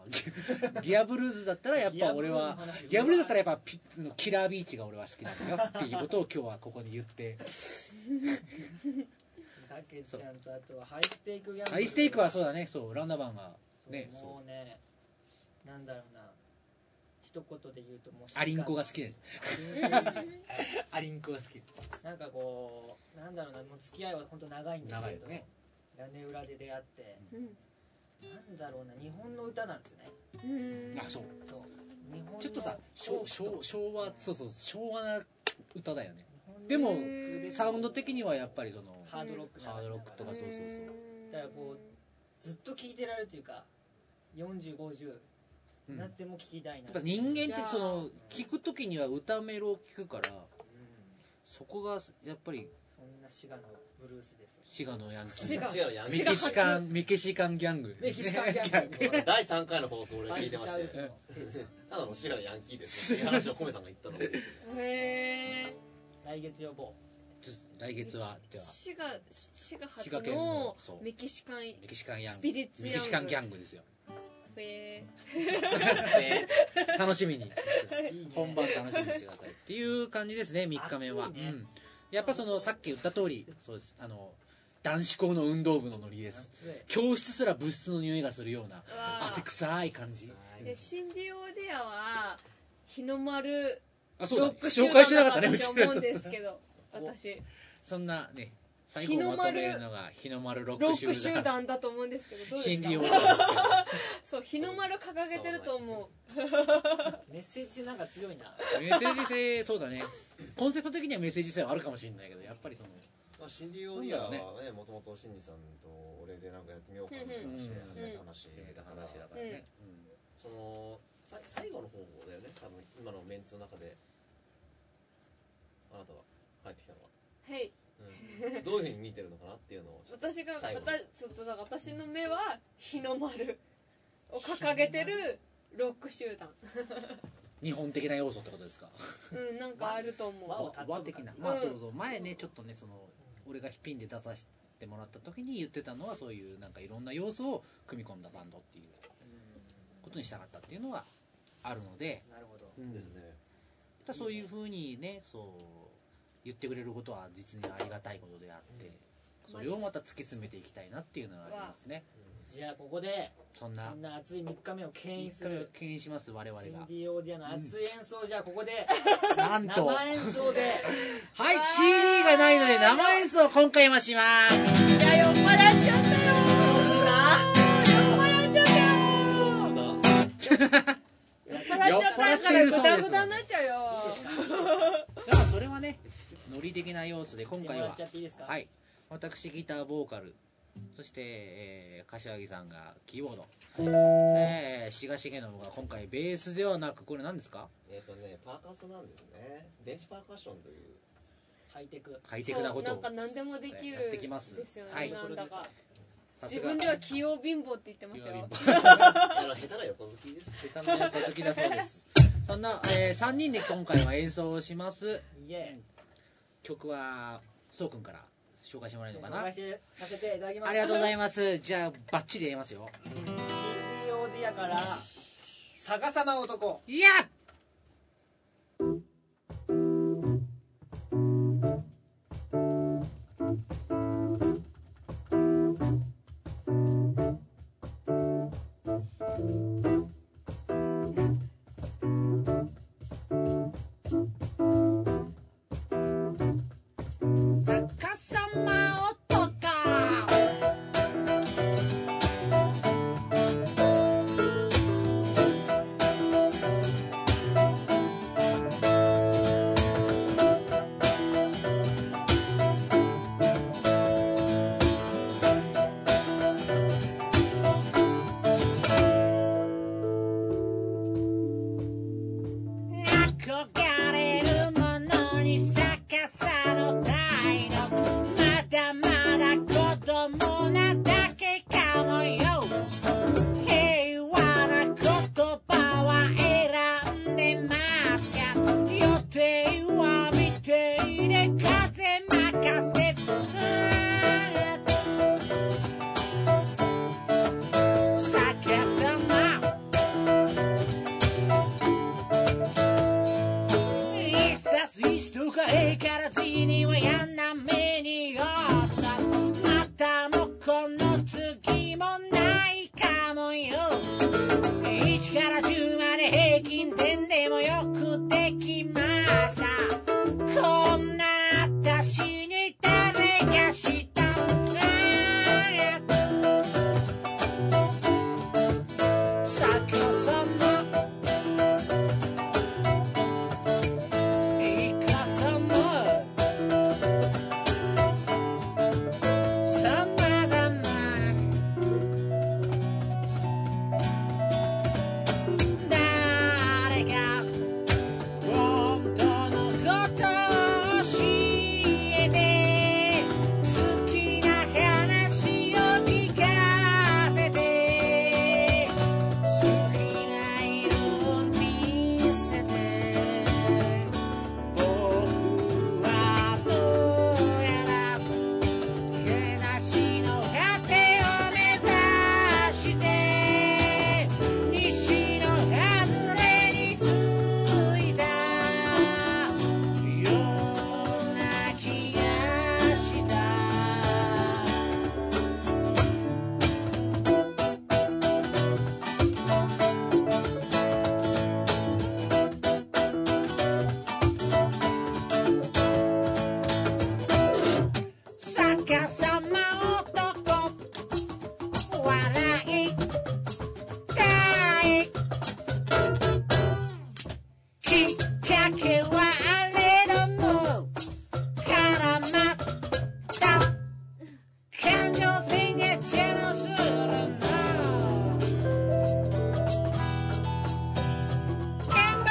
[SPEAKER 3] ら ギギアブルーズだったらやっぱ俺はギアブルーズだったらやっぱピのキラービーチが俺は好きなんだよっていうことを今日はここに言って
[SPEAKER 1] たけちゃんとあとはハイステークギャンブル
[SPEAKER 3] アイステイクはそうだねそうランダマンが
[SPEAKER 1] そう
[SPEAKER 3] ね
[SPEAKER 1] もうねなんだろうな一言で言うともう
[SPEAKER 3] アリンコが好きです
[SPEAKER 1] アリンコ
[SPEAKER 3] アリンコが好き
[SPEAKER 1] なんかこうなんだろうなもう付き合いは本当長いんですけど、
[SPEAKER 3] 長いよね
[SPEAKER 1] 屋根裏で出会って
[SPEAKER 5] うん
[SPEAKER 1] なんだろうな日本の歌なんですよね
[SPEAKER 5] うん
[SPEAKER 3] あそう
[SPEAKER 1] そう日本の
[SPEAKER 3] ちょっとさ昭昭昭和そうそう昭和な歌だよね
[SPEAKER 1] 日本の
[SPEAKER 3] でも
[SPEAKER 5] うん
[SPEAKER 3] サウンド的にはやっぱりその
[SPEAKER 1] ハードロックな話
[SPEAKER 3] ハードロックとかそうそうそう
[SPEAKER 1] だからこずっと聴いてられるというか4050
[SPEAKER 3] うん
[SPEAKER 1] なっても聴きたいな
[SPEAKER 3] やっぱ人間ってその
[SPEAKER 1] いや
[SPEAKER 3] 聞く時には歌メロを聞くから
[SPEAKER 1] うん
[SPEAKER 3] そこがやっぱり
[SPEAKER 1] そんな滋賀のブルースですよ
[SPEAKER 3] 滋賀のヤンキ
[SPEAKER 5] 滋
[SPEAKER 3] ー
[SPEAKER 5] 賀
[SPEAKER 4] 違うやめ
[SPEAKER 3] メキシカンメキシカンギャング
[SPEAKER 1] メキシカンギャング
[SPEAKER 4] 第3回の放送俺聞いてましたよ
[SPEAKER 1] バイキング
[SPEAKER 4] ただの滋賀のヤンキーですっていう話をコメさんが言ったの
[SPEAKER 5] へえ
[SPEAKER 1] 来月予防
[SPEAKER 3] ちょっと来月はでは
[SPEAKER 5] 滋賀滋賀
[SPEAKER 3] 滋賀
[SPEAKER 5] 発
[SPEAKER 3] 県
[SPEAKER 5] の
[SPEAKER 3] のそう
[SPEAKER 5] メキシカン
[SPEAKER 3] メキシカンヤン
[SPEAKER 5] ス
[SPEAKER 3] グ
[SPEAKER 5] ピリッツヤング
[SPEAKER 3] メキシカンギャン グですよ
[SPEAKER 5] へ
[SPEAKER 3] 楽しみ に
[SPEAKER 1] いいね
[SPEAKER 3] 本番楽しみにしてくださいっていう感じですね3日目は、
[SPEAKER 1] 暑いね
[SPEAKER 3] うん、やっぱそのさっき言った通りそうですあの男子校の運動部のノリです
[SPEAKER 1] 暑い
[SPEAKER 3] 教室すら物質の匂いがするような
[SPEAKER 5] ーうわー
[SPEAKER 3] 汗臭い感じ
[SPEAKER 5] でシンディ・オーデアは日の丸
[SPEAKER 3] あそう
[SPEAKER 5] ロ
[SPEAKER 3] だ、
[SPEAKER 5] ッ
[SPEAKER 3] ね、
[SPEAKER 5] ク集
[SPEAKER 3] 紹
[SPEAKER 5] 団
[SPEAKER 3] 介してなかったねう
[SPEAKER 5] だ
[SPEAKER 3] ち
[SPEAKER 5] と
[SPEAKER 3] のや
[SPEAKER 5] 思うん
[SPEAKER 3] つ
[SPEAKER 5] ですけど私
[SPEAKER 3] そんなね最
[SPEAKER 5] 日
[SPEAKER 3] 後
[SPEAKER 5] の
[SPEAKER 3] ま
[SPEAKER 5] 丸
[SPEAKER 3] とめるのが日の丸ロッ
[SPEAKER 5] ロ
[SPEAKER 3] ク
[SPEAKER 5] ック集
[SPEAKER 3] 集 団
[SPEAKER 5] 団だと思うんですけどどう
[SPEAKER 3] シ
[SPEAKER 5] で
[SPEAKER 3] ン
[SPEAKER 5] す
[SPEAKER 3] デ
[SPEAKER 5] か
[SPEAKER 3] ィオーバーです
[SPEAKER 5] そう日の丸掲げてると思
[SPEAKER 1] メッセージ性なんか強いな
[SPEAKER 3] けどメッセージ性そうだねコンセプト的にはメッセージ性はあるかもしれないけどやっぱりその
[SPEAKER 4] まあ、シンディ・オーディアはね、もともとシンジさんと俺でなんかやってみようかって話で始めた話だから、
[SPEAKER 5] う、うん、
[SPEAKER 4] そのさ最後の方だよね、多分今のメンツの中で、あなたが入ってきたのは、
[SPEAKER 5] はい
[SPEAKER 4] うん、どういうふうに見てるのかなっていうのを、ちょっと
[SPEAKER 5] 私が
[SPEAKER 4] 最後
[SPEAKER 5] 私ちょっとだから私の目は日の丸を掲げてるロック集団
[SPEAKER 3] 日本的な要素ってことですか
[SPEAKER 5] うんなんかあると思う
[SPEAKER 1] 和を
[SPEAKER 3] 和
[SPEAKER 1] 尊ぶ
[SPEAKER 3] 的な
[SPEAKER 1] 感じ
[SPEAKER 3] まあ
[SPEAKER 5] うん
[SPEAKER 3] そうそう前ねちょっとねその俺がピンで出させてもらった時に言ってたのはそういうなんかいろんな要素を組み込んだバンドっていうことにしたかったっていうのはあるので、
[SPEAKER 1] なるほど
[SPEAKER 4] ですね。
[SPEAKER 3] ただそういうふうにねそう言ってくれることは実にありがたいことであって、それをまた突き詰めていきたいなっていうのはありますね
[SPEAKER 1] じゃあここで
[SPEAKER 3] そんな
[SPEAKER 1] そんな熱い3日目を牽
[SPEAKER 3] 一
[SPEAKER 1] 引す
[SPEAKER 3] 回
[SPEAKER 1] る
[SPEAKER 3] 牽引します我々
[SPEAKER 1] シン
[SPEAKER 3] が
[SPEAKER 1] ディ・オーディアの熱い演奏をじゃあここで
[SPEAKER 3] なんと
[SPEAKER 1] 生演奏で
[SPEAKER 3] はい CD がないので生演奏を今回はし ます
[SPEAKER 5] いや酔っ払っちゃったよ酔っ払っちゃったよ酔っ払っちゃったからグダグダになっちゃうよ
[SPEAKER 3] だからそれはねノリ的な要素で今
[SPEAKER 1] 今回
[SPEAKER 3] 回
[SPEAKER 1] は
[SPEAKER 3] は
[SPEAKER 1] ちゃっていいですか
[SPEAKER 3] はい私ギターボーカルそして、えー柏木さんがキーボード、えー、志賀重信が今回ベースではなくこれ何ですか
[SPEAKER 4] えっ、とね、パーカッションなんですね。電子パーカッションという。
[SPEAKER 1] ハイテク
[SPEAKER 3] ハイテクなこと
[SPEAKER 5] そうな
[SPEAKER 3] を
[SPEAKER 5] んか何でもできる
[SPEAKER 3] やってきます
[SPEAKER 5] ですよね、
[SPEAKER 3] はい
[SPEAKER 5] なんだか
[SPEAKER 3] さす
[SPEAKER 5] 自
[SPEAKER 3] が
[SPEAKER 5] 分では器用貧乏って言ってます
[SPEAKER 3] キ
[SPEAKER 5] よ
[SPEAKER 3] ーボード
[SPEAKER 4] あの、下手な横好きです。
[SPEAKER 3] 下手な横好きだそうですそんな、え3人で今回は演奏をします
[SPEAKER 1] イエ
[SPEAKER 3] 曲はそうくんから紹介してもらえ
[SPEAKER 1] ーイ
[SPEAKER 3] るの
[SPEAKER 1] 紹
[SPEAKER 3] かな
[SPEAKER 1] 介してさせていただきます
[SPEAKER 3] ありがとうござい
[SPEAKER 1] ま
[SPEAKER 3] ますじゃあバッチリやりますよ
[SPEAKER 1] すシンディ・オーディアから逆さま男
[SPEAKER 3] いや逆さま男
[SPEAKER 5] 「
[SPEAKER 2] 1から10まで平均点でもよくできましたこんな私に誰がしたのさくらさんのいかさんのさまざま誰が本当のことを教えて好きな話を聞かせて好きな色を見せて僕はどうやらけなしの果てを目指して西の外れに着いたような気がした逆さま男笑いたいきっかけはあれども絡まった感情線が邪魔するの看板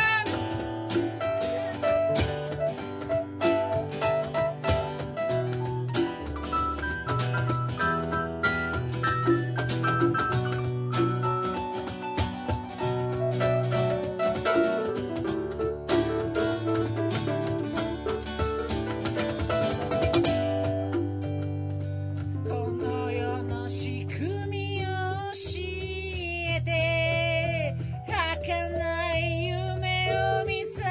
[SPEAKER 2] この世の仕組みを教えて儚い夢を見さ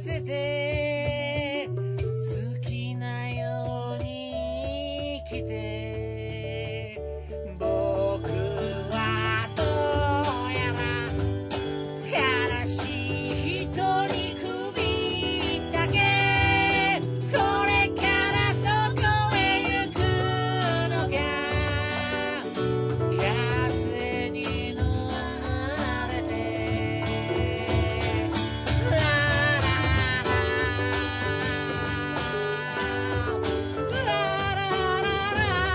[SPEAKER 2] せて好きなように生きて僕はどうやら悲しい人に首だけこれからどこへ行くのか風に乗られてラララララララララ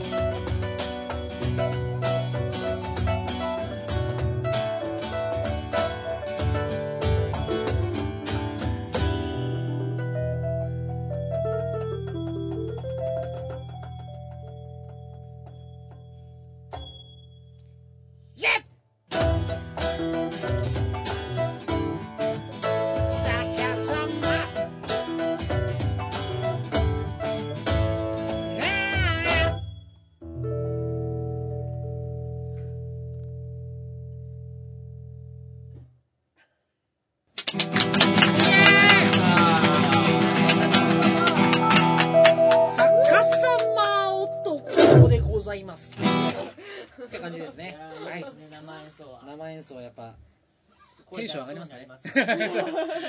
[SPEAKER 2] ライェッ逆さまああ逆さま男でございますって感じですね
[SPEAKER 1] は
[SPEAKER 2] はいい
[SPEAKER 1] ですね生演奏は
[SPEAKER 2] 生演奏はやっぱ
[SPEAKER 1] 声出しそうにな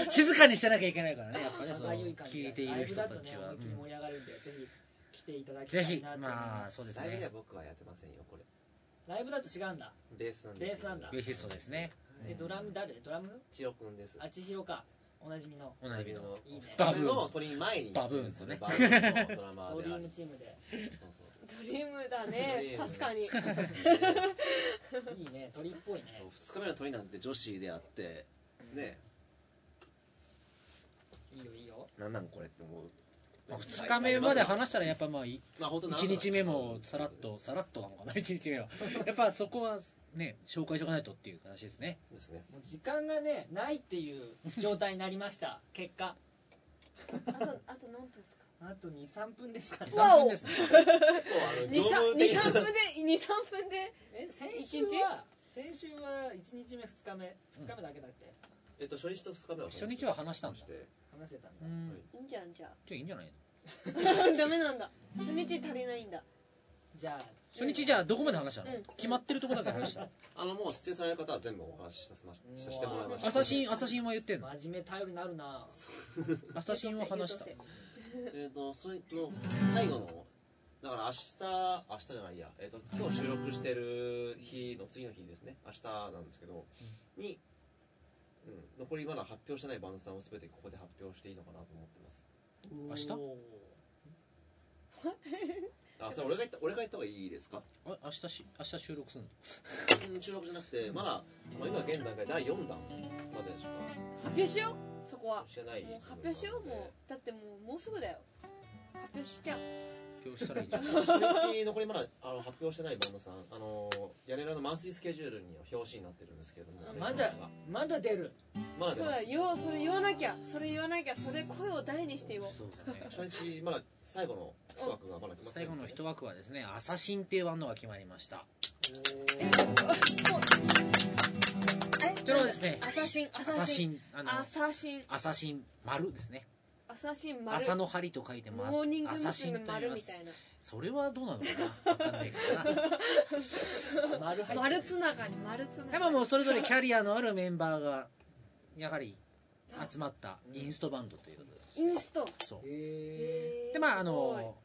[SPEAKER 2] 静かにしてなきゃいけないからねやっぱね その
[SPEAKER 1] 歯がゆい感じ
[SPEAKER 2] 聞いている人たちは、
[SPEAKER 1] ライブだとね思いっきり盛り上がるんで、ぜひ来ていただきた
[SPEAKER 2] ぜ
[SPEAKER 1] い
[SPEAKER 2] ひ
[SPEAKER 1] なと思い
[SPEAKER 2] ま
[SPEAKER 1] ま
[SPEAKER 2] あ
[SPEAKER 1] す
[SPEAKER 2] そうです
[SPEAKER 4] ライブで
[SPEAKER 2] ね
[SPEAKER 4] は僕はやってませんよこれ
[SPEAKER 1] ライブだと違うんだ
[SPEAKER 4] ベースなんで
[SPEAKER 1] ベ
[SPEAKER 4] す
[SPEAKER 1] ースなんだ
[SPEAKER 2] ベーシストですね
[SPEAKER 1] でドラム誰ドラム
[SPEAKER 4] 千代くんです
[SPEAKER 1] あちひろかおなじみの
[SPEAKER 2] 同
[SPEAKER 4] 同
[SPEAKER 2] じ
[SPEAKER 4] じ
[SPEAKER 2] の
[SPEAKER 4] の
[SPEAKER 1] いいね
[SPEAKER 2] バブーン
[SPEAKER 4] の鳥に前に出演する
[SPEAKER 2] バ
[SPEAKER 4] バブーンのドラマ
[SPEAKER 1] ド
[SPEAKER 4] ー
[SPEAKER 1] リ
[SPEAKER 4] であ
[SPEAKER 1] ー
[SPEAKER 4] る
[SPEAKER 1] ムチームで
[SPEAKER 4] そうそう
[SPEAKER 5] ドリームだ
[SPEAKER 4] ドリ
[SPEAKER 5] ね
[SPEAKER 4] ーム
[SPEAKER 5] 確かに
[SPEAKER 1] いいね 鳥っぽいね
[SPEAKER 4] そう2日目の鳥なんて女子であってね
[SPEAKER 1] いいよいいよ
[SPEAKER 4] なんなんこれって思う
[SPEAKER 2] まあ二日目まで話したらやっぱまあい
[SPEAKER 4] まあ本当なん
[SPEAKER 2] 一日目もさらっとさらっとなのかな一日目はやっぱそこはね紹介しとかないとっていう話ですね
[SPEAKER 4] ですね
[SPEAKER 1] もう時間がねないっていう状態になりました 結果
[SPEAKER 5] あとあと何分ですか
[SPEAKER 1] あと23分ですかね
[SPEAKER 2] 3分ですね
[SPEAKER 4] 結構あの業務的
[SPEAKER 5] 23
[SPEAKER 4] な
[SPEAKER 5] 分で23分で
[SPEAKER 1] え先週は先週は1日目2日目2日目だけだって
[SPEAKER 4] えっと初日と2日目は話し
[SPEAKER 2] 初
[SPEAKER 4] て
[SPEAKER 2] 日は話したんだ
[SPEAKER 4] して
[SPEAKER 1] 話せたん
[SPEAKER 2] う
[SPEAKER 1] だ
[SPEAKER 2] ん
[SPEAKER 5] いいんじゃんじゃあ
[SPEAKER 2] じゃあいいんじゃない
[SPEAKER 5] ダメなんだ初日足りないんだ
[SPEAKER 1] じゃあ
[SPEAKER 3] 初日じゃあどこまで話したの、
[SPEAKER 5] うん
[SPEAKER 3] 決まってるとこだけ 話した
[SPEAKER 4] あの、もう出演される方は全部お話しさせまし
[SPEAKER 1] うわ
[SPEAKER 4] させてもらいました。
[SPEAKER 3] 朝シーン朝シーンは言ってんの
[SPEAKER 1] 真面目頼りになるな
[SPEAKER 3] 朝シーンは話した
[SPEAKER 5] 優等
[SPEAKER 4] えっ、と、それの最後の、だから明日、明日じゃないや、えっ、と、今日収録してる日の次の日ですね、明日なんですけど、に、うん、残りまだ発表してないバンドさんを全てここで発表していいのかなと思ってます。
[SPEAKER 1] 明
[SPEAKER 3] 日
[SPEAKER 4] あ、それ俺が言った、俺が言った方がいいですか
[SPEAKER 3] あ明日し明日収録すんの
[SPEAKER 4] うん収録じゃなくて、まだ、まあ、今現段階第4弾までしか
[SPEAKER 5] 発表しようそこは
[SPEAKER 4] してない。
[SPEAKER 5] もう発表しようもうだってもうもうすぐだよ発表しちゃう
[SPEAKER 3] 発表したらいいじゃん
[SPEAKER 4] 初日残りまだあの発表してないバンドさんあの屋根裏のマンスリースケジュールには表紙になってるんですけれども
[SPEAKER 5] あ
[SPEAKER 1] まだまだ出る
[SPEAKER 4] まだ出
[SPEAKER 5] そう
[SPEAKER 4] ま
[SPEAKER 5] だ
[SPEAKER 4] す
[SPEAKER 5] よそれ言わなきゃそれ言わなきゃそれ声を大にして言おう
[SPEAKER 3] そうだね
[SPEAKER 4] 初日まだ最後の一枠がまだ決まって
[SPEAKER 3] 最後
[SPEAKER 4] ん
[SPEAKER 3] の
[SPEAKER 4] です
[SPEAKER 3] 一
[SPEAKER 4] よ
[SPEAKER 3] 枠はですね「朝シーン」っていうバンドが決まりました
[SPEAKER 5] えもうえ
[SPEAKER 3] それはですね
[SPEAKER 5] アサシン
[SPEAKER 3] 「
[SPEAKER 5] ア
[SPEAKER 3] 朝
[SPEAKER 5] サ
[SPEAKER 3] シ
[SPEAKER 5] シン
[SPEAKER 3] ーン」あの
[SPEAKER 5] アサシン
[SPEAKER 3] 「朝シーン丸」ですね
[SPEAKER 5] アサシ
[SPEAKER 3] 「
[SPEAKER 5] ン丸
[SPEAKER 3] 朝の針」と書いてま
[SPEAKER 5] モーニング
[SPEAKER 3] 朝シー
[SPEAKER 5] 娘。
[SPEAKER 3] ンと言い
[SPEAKER 5] 丸
[SPEAKER 3] ま
[SPEAKER 5] み
[SPEAKER 3] す
[SPEAKER 5] たいな
[SPEAKER 3] それはどうなのかなわかんないけどな
[SPEAKER 1] 丸入ってる
[SPEAKER 5] 丸つながり丸つながり
[SPEAKER 3] やっぱもうそれぞれキャリアのあるメンバーがやはり集まったインストバンドということで
[SPEAKER 5] インスト
[SPEAKER 3] そう
[SPEAKER 1] へ
[SPEAKER 3] でまああの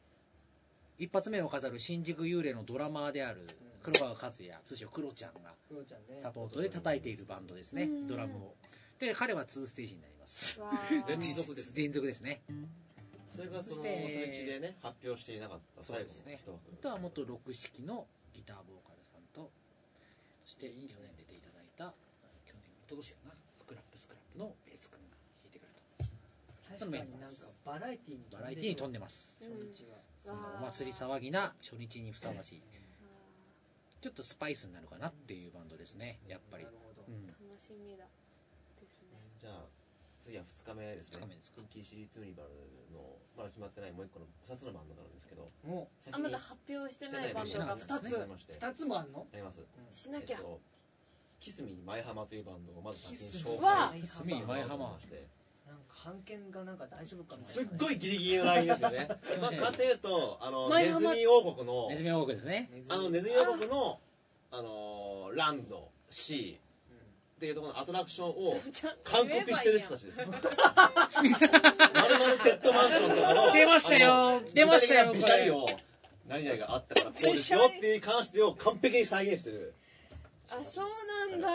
[SPEAKER 3] 一発目を飾る新宿幽霊のドラマーである黒川和也通称クロちゃんが
[SPEAKER 1] ークロちゃんね
[SPEAKER 3] サポートで叩いているバンドですね
[SPEAKER 5] うん
[SPEAKER 3] ドラムをで彼は2ステージになります
[SPEAKER 5] すごいわー
[SPEAKER 4] え連続です
[SPEAKER 3] 連続ですね
[SPEAKER 4] それがその
[SPEAKER 3] そし
[SPEAKER 4] 初
[SPEAKER 3] て
[SPEAKER 4] 日でね発表していなかった最後の一枠
[SPEAKER 3] そうあとは元六式のギターボーカルさんとそして去年出ていただいた去年一昨年かなスクラップスクラップのベース君が弾いてくれると
[SPEAKER 1] 確かになんかバラエティーに
[SPEAKER 3] バラエティーに飛ん
[SPEAKER 1] で
[SPEAKER 3] でます
[SPEAKER 1] る初日は
[SPEAKER 3] そんなお祭り騒ぎな初日にふさわしいちょっとスパイスになるかなっていうバンドですねやっぱり
[SPEAKER 1] なるほど
[SPEAKER 3] うん
[SPEAKER 5] 楽しみだですね
[SPEAKER 4] じゃあ次は2日目ですね
[SPEAKER 3] 二日目ですか
[SPEAKER 4] ンキーシリートゥーニバルのまだ決まってないもう一個の2つのバンドがあるんですけど
[SPEAKER 1] も
[SPEAKER 4] 先
[SPEAKER 5] あまだ発表してないバンド
[SPEAKER 3] な
[SPEAKER 5] が
[SPEAKER 3] い
[SPEAKER 5] 2
[SPEAKER 4] バンドが
[SPEAKER 5] つ
[SPEAKER 4] ありまし
[SPEAKER 1] う
[SPEAKER 4] て
[SPEAKER 1] 2つもあんの
[SPEAKER 4] あります
[SPEAKER 5] しなきゃ
[SPEAKER 4] えっとキスミー前浜というバンドをまず先に
[SPEAKER 1] キス
[SPEAKER 4] 紹
[SPEAKER 5] わあ
[SPEAKER 4] 介
[SPEAKER 1] キス
[SPEAKER 4] ミ
[SPEAKER 1] ミ
[SPEAKER 4] ー
[SPEAKER 1] ー
[SPEAKER 3] 前浜
[SPEAKER 1] なんか判見がなんか大丈夫かみたい
[SPEAKER 4] すっ
[SPEAKER 1] な
[SPEAKER 4] ごいギリギリのラインです よねまあ簡単に言うとあのネ
[SPEAKER 5] 前
[SPEAKER 4] ズ
[SPEAKER 5] 浜
[SPEAKER 4] ミ王国の
[SPEAKER 3] ネズミ王国ですね
[SPEAKER 1] ネズミ
[SPEAKER 4] あのネズミ王国のあのーランド C っていうところのアトラクションを勧告してる人たちです。まるまるテッドマンションとかの
[SPEAKER 3] 出ましたよ出ましたよ
[SPEAKER 4] ビシャリを何々があったからこうですよっていう関してを完璧に再現してる。
[SPEAKER 5] あそうなんだ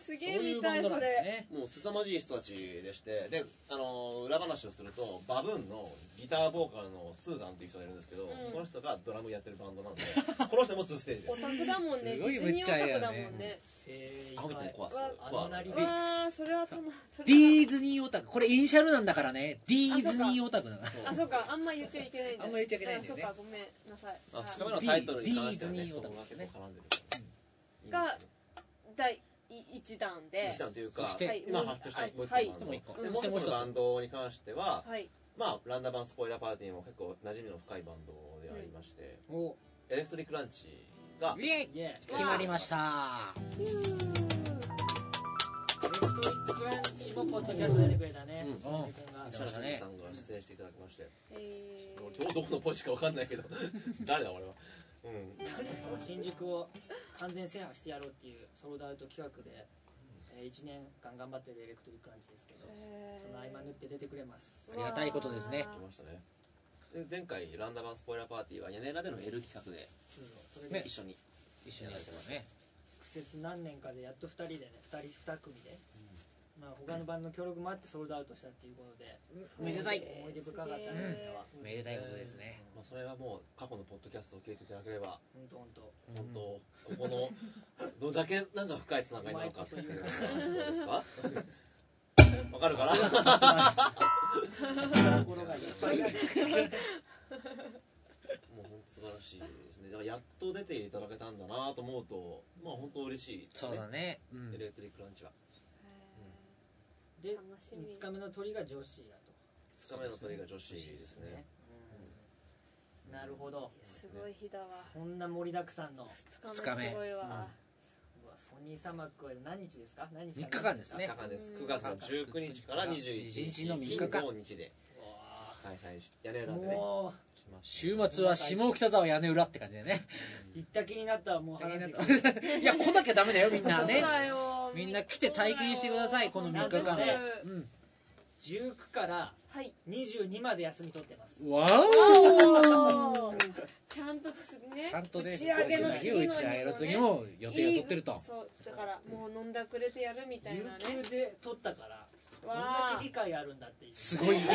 [SPEAKER 5] す
[SPEAKER 3] そう
[SPEAKER 5] げえ
[SPEAKER 3] い
[SPEAKER 5] 見
[SPEAKER 3] う
[SPEAKER 5] た
[SPEAKER 3] バ
[SPEAKER 5] い
[SPEAKER 3] ンドなん
[SPEAKER 5] そ
[SPEAKER 3] です
[SPEAKER 5] れ
[SPEAKER 3] ね
[SPEAKER 4] もう凄まじい人たちでして、で、あのー裏話をすると、バブーンのギターボーカルのスーザンっていう人がいるんですけど、
[SPEAKER 5] ん
[SPEAKER 4] その人がドラムやってるバンドなんで、この人も2ステージで
[SPEAKER 5] オ
[SPEAKER 4] す。
[SPEAKER 5] タクだもんね
[SPEAKER 3] す
[SPEAKER 5] デ
[SPEAKER 3] ごい
[SPEAKER 5] ィズニ
[SPEAKER 3] むっ
[SPEAKER 5] ーオ
[SPEAKER 3] ちゃ
[SPEAKER 5] タ
[SPEAKER 3] や
[SPEAKER 5] クだもん
[SPEAKER 3] ね
[SPEAKER 5] ね
[SPEAKER 1] えー
[SPEAKER 4] あ、本当に壊す。
[SPEAKER 1] あのなり
[SPEAKER 4] 壊
[SPEAKER 1] で
[SPEAKER 4] す
[SPEAKER 5] わあそれはたまそ
[SPEAKER 3] デ
[SPEAKER 5] れは
[SPEAKER 3] ィーズニーオタクこれイニシャルなんだからねディーズニーオタクだから
[SPEAKER 5] あそうかあんま言っちゃいけないんだ
[SPEAKER 3] あんま言っちゃいけないんだよね
[SPEAKER 5] あそうかごめんなさい
[SPEAKER 4] まあ、
[SPEAKER 5] はい
[SPEAKER 4] 2日目のタイトルに関しては
[SPEAKER 3] ディ
[SPEAKER 4] ね、
[SPEAKER 3] ディズニー
[SPEAKER 4] そこ
[SPEAKER 3] オタク
[SPEAKER 4] が結
[SPEAKER 3] ね
[SPEAKER 4] 構絡んでる。
[SPEAKER 5] が第1弾で
[SPEAKER 4] 一弾というか、
[SPEAKER 3] そして
[SPEAKER 5] はい
[SPEAKER 4] 今発表したもう一個
[SPEAKER 5] はい
[SPEAKER 4] バンド
[SPEAKER 3] もう一個
[SPEAKER 4] でもう一つのバンドに関しては、
[SPEAKER 5] はい
[SPEAKER 4] まあ、ランダバンスポイラーパーティーも結構馴染みの深いバンドでありまして、
[SPEAKER 1] お
[SPEAKER 4] エレクトリックランチが
[SPEAKER 3] イエイ
[SPEAKER 1] イエーイ
[SPEAKER 3] 決まりました
[SPEAKER 1] レフトリックランチもポッドキャスト出てくれたね、
[SPEAKER 4] うん
[SPEAKER 1] 新宿が
[SPEAKER 3] うん
[SPEAKER 4] シャラシャラさんが出演していただきまして、
[SPEAKER 5] え
[SPEAKER 4] どどこのポジかわかんないけど 誰だ俺はうん
[SPEAKER 1] その新宿を完全制覇してやろうっていうソロードアウト企画で、え1年間頑張ってるエレクトリックランチですけど、
[SPEAKER 5] ー
[SPEAKER 1] その合間縫って出てくれます
[SPEAKER 3] ありがたいことですね
[SPEAKER 4] 来ましたねで前回ランダバンスポイラーパーティーは屋根裏での L 企画で
[SPEAKER 1] そうそうそれ
[SPEAKER 3] ね
[SPEAKER 1] で
[SPEAKER 4] 一緒に
[SPEAKER 3] 一緒にやってますね
[SPEAKER 1] 苦節何年かでやっと2人でね2人2組で、まあ、他のバンドの協力もあってソールドアウトしたっていうことで、
[SPEAKER 3] おめでたい
[SPEAKER 1] 思い出深かったね、
[SPEAKER 5] す
[SPEAKER 1] こ
[SPEAKER 5] げー
[SPEAKER 1] れは
[SPEAKER 3] めでたいことですね
[SPEAKER 4] まあ、それはもう過去のポッドキャストを聞いていただければ
[SPEAKER 1] 本当本当
[SPEAKER 4] 本当ここのどれだけなんか深いつながりなのかっていうのがそうですかわかるかな
[SPEAKER 1] 心がいっぱいある
[SPEAKER 4] もう本当素晴らしいですね。だからやっと出ていただけたんだなと思うと、まあ本当嬉しいです
[SPEAKER 3] そうだ
[SPEAKER 4] ね。
[SPEAKER 3] ねうん
[SPEAKER 4] エレクトリックランチは。
[SPEAKER 1] で
[SPEAKER 5] 楽しみ
[SPEAKER 1] 3日目の鳥が女子だと、
[SPEAKER 4] 2日目の鳥が女子ですね。
[SPEAKER 1] うんなるほど
[SPEAKER 5] すごい日だわ
[SPEAKER 1] そんな盛りだくさんの
[SPEAKER 5] 2日目すごい
[SPEAKER 1] う
[SPEAKER 5] わ
[SPEAKER 1] わソニー砂漠は何日ですか何日
[SPEAKER 3] 三日間ですね
[SPEAKER 4] 3日間です。9月の19日から21日。
[SPEAKER 3] 21日の三日間
[SPEAKER 4] 金土日で。
[SPEAKER 1] うわ
[SPEAKER 4] 開催し屋根裏でね
[SPEAKER 1] も
[SPEAKER 4] しまし
[SPEAKER 3] 週末は下北沢屋根裏って感じだよね。
[SPEAKER 1] う行った気になったらもう話して くれ
[SPEAKER 3] いや、来なきゃダメだよ、みんなね。
[SPEAKER 5] ね
[SPEAKER 3] みんな来て体験してください、この3日間。うん。
[SPEAKER 1] 19から
[SPEAKER 5] はい。
[SPEAKER 1] 22まで休み取ってます
[SPEAKER 3] わお
[SPEAKER 5] おーちゃんとつね。
[SPEAKER 3] ちゃんとね、
[SPEAKER 5] 打ち上げの次の日
[SPEAKER 3] 打
[SPEAKER 5] も
[SPEAKER 3] ち上げの次
[SPEAKER 5] ね
[SPEAKER 3] も予定を取ってる
[SPEAKER 5] いい
[SPEAKER 3] と。
[SPEAKER 5] そうだからもう飲んだくれてやるみたい
[SPEAKER 1] 有
[SPEAKER 5] なね
[SPEAKER 1] 給で取ったからこん
[SPEAKER 5] わ
[SPEAKER 1] だけ理解あるんだっていう
[SPEAKER 3] すごい、いい、いいとこ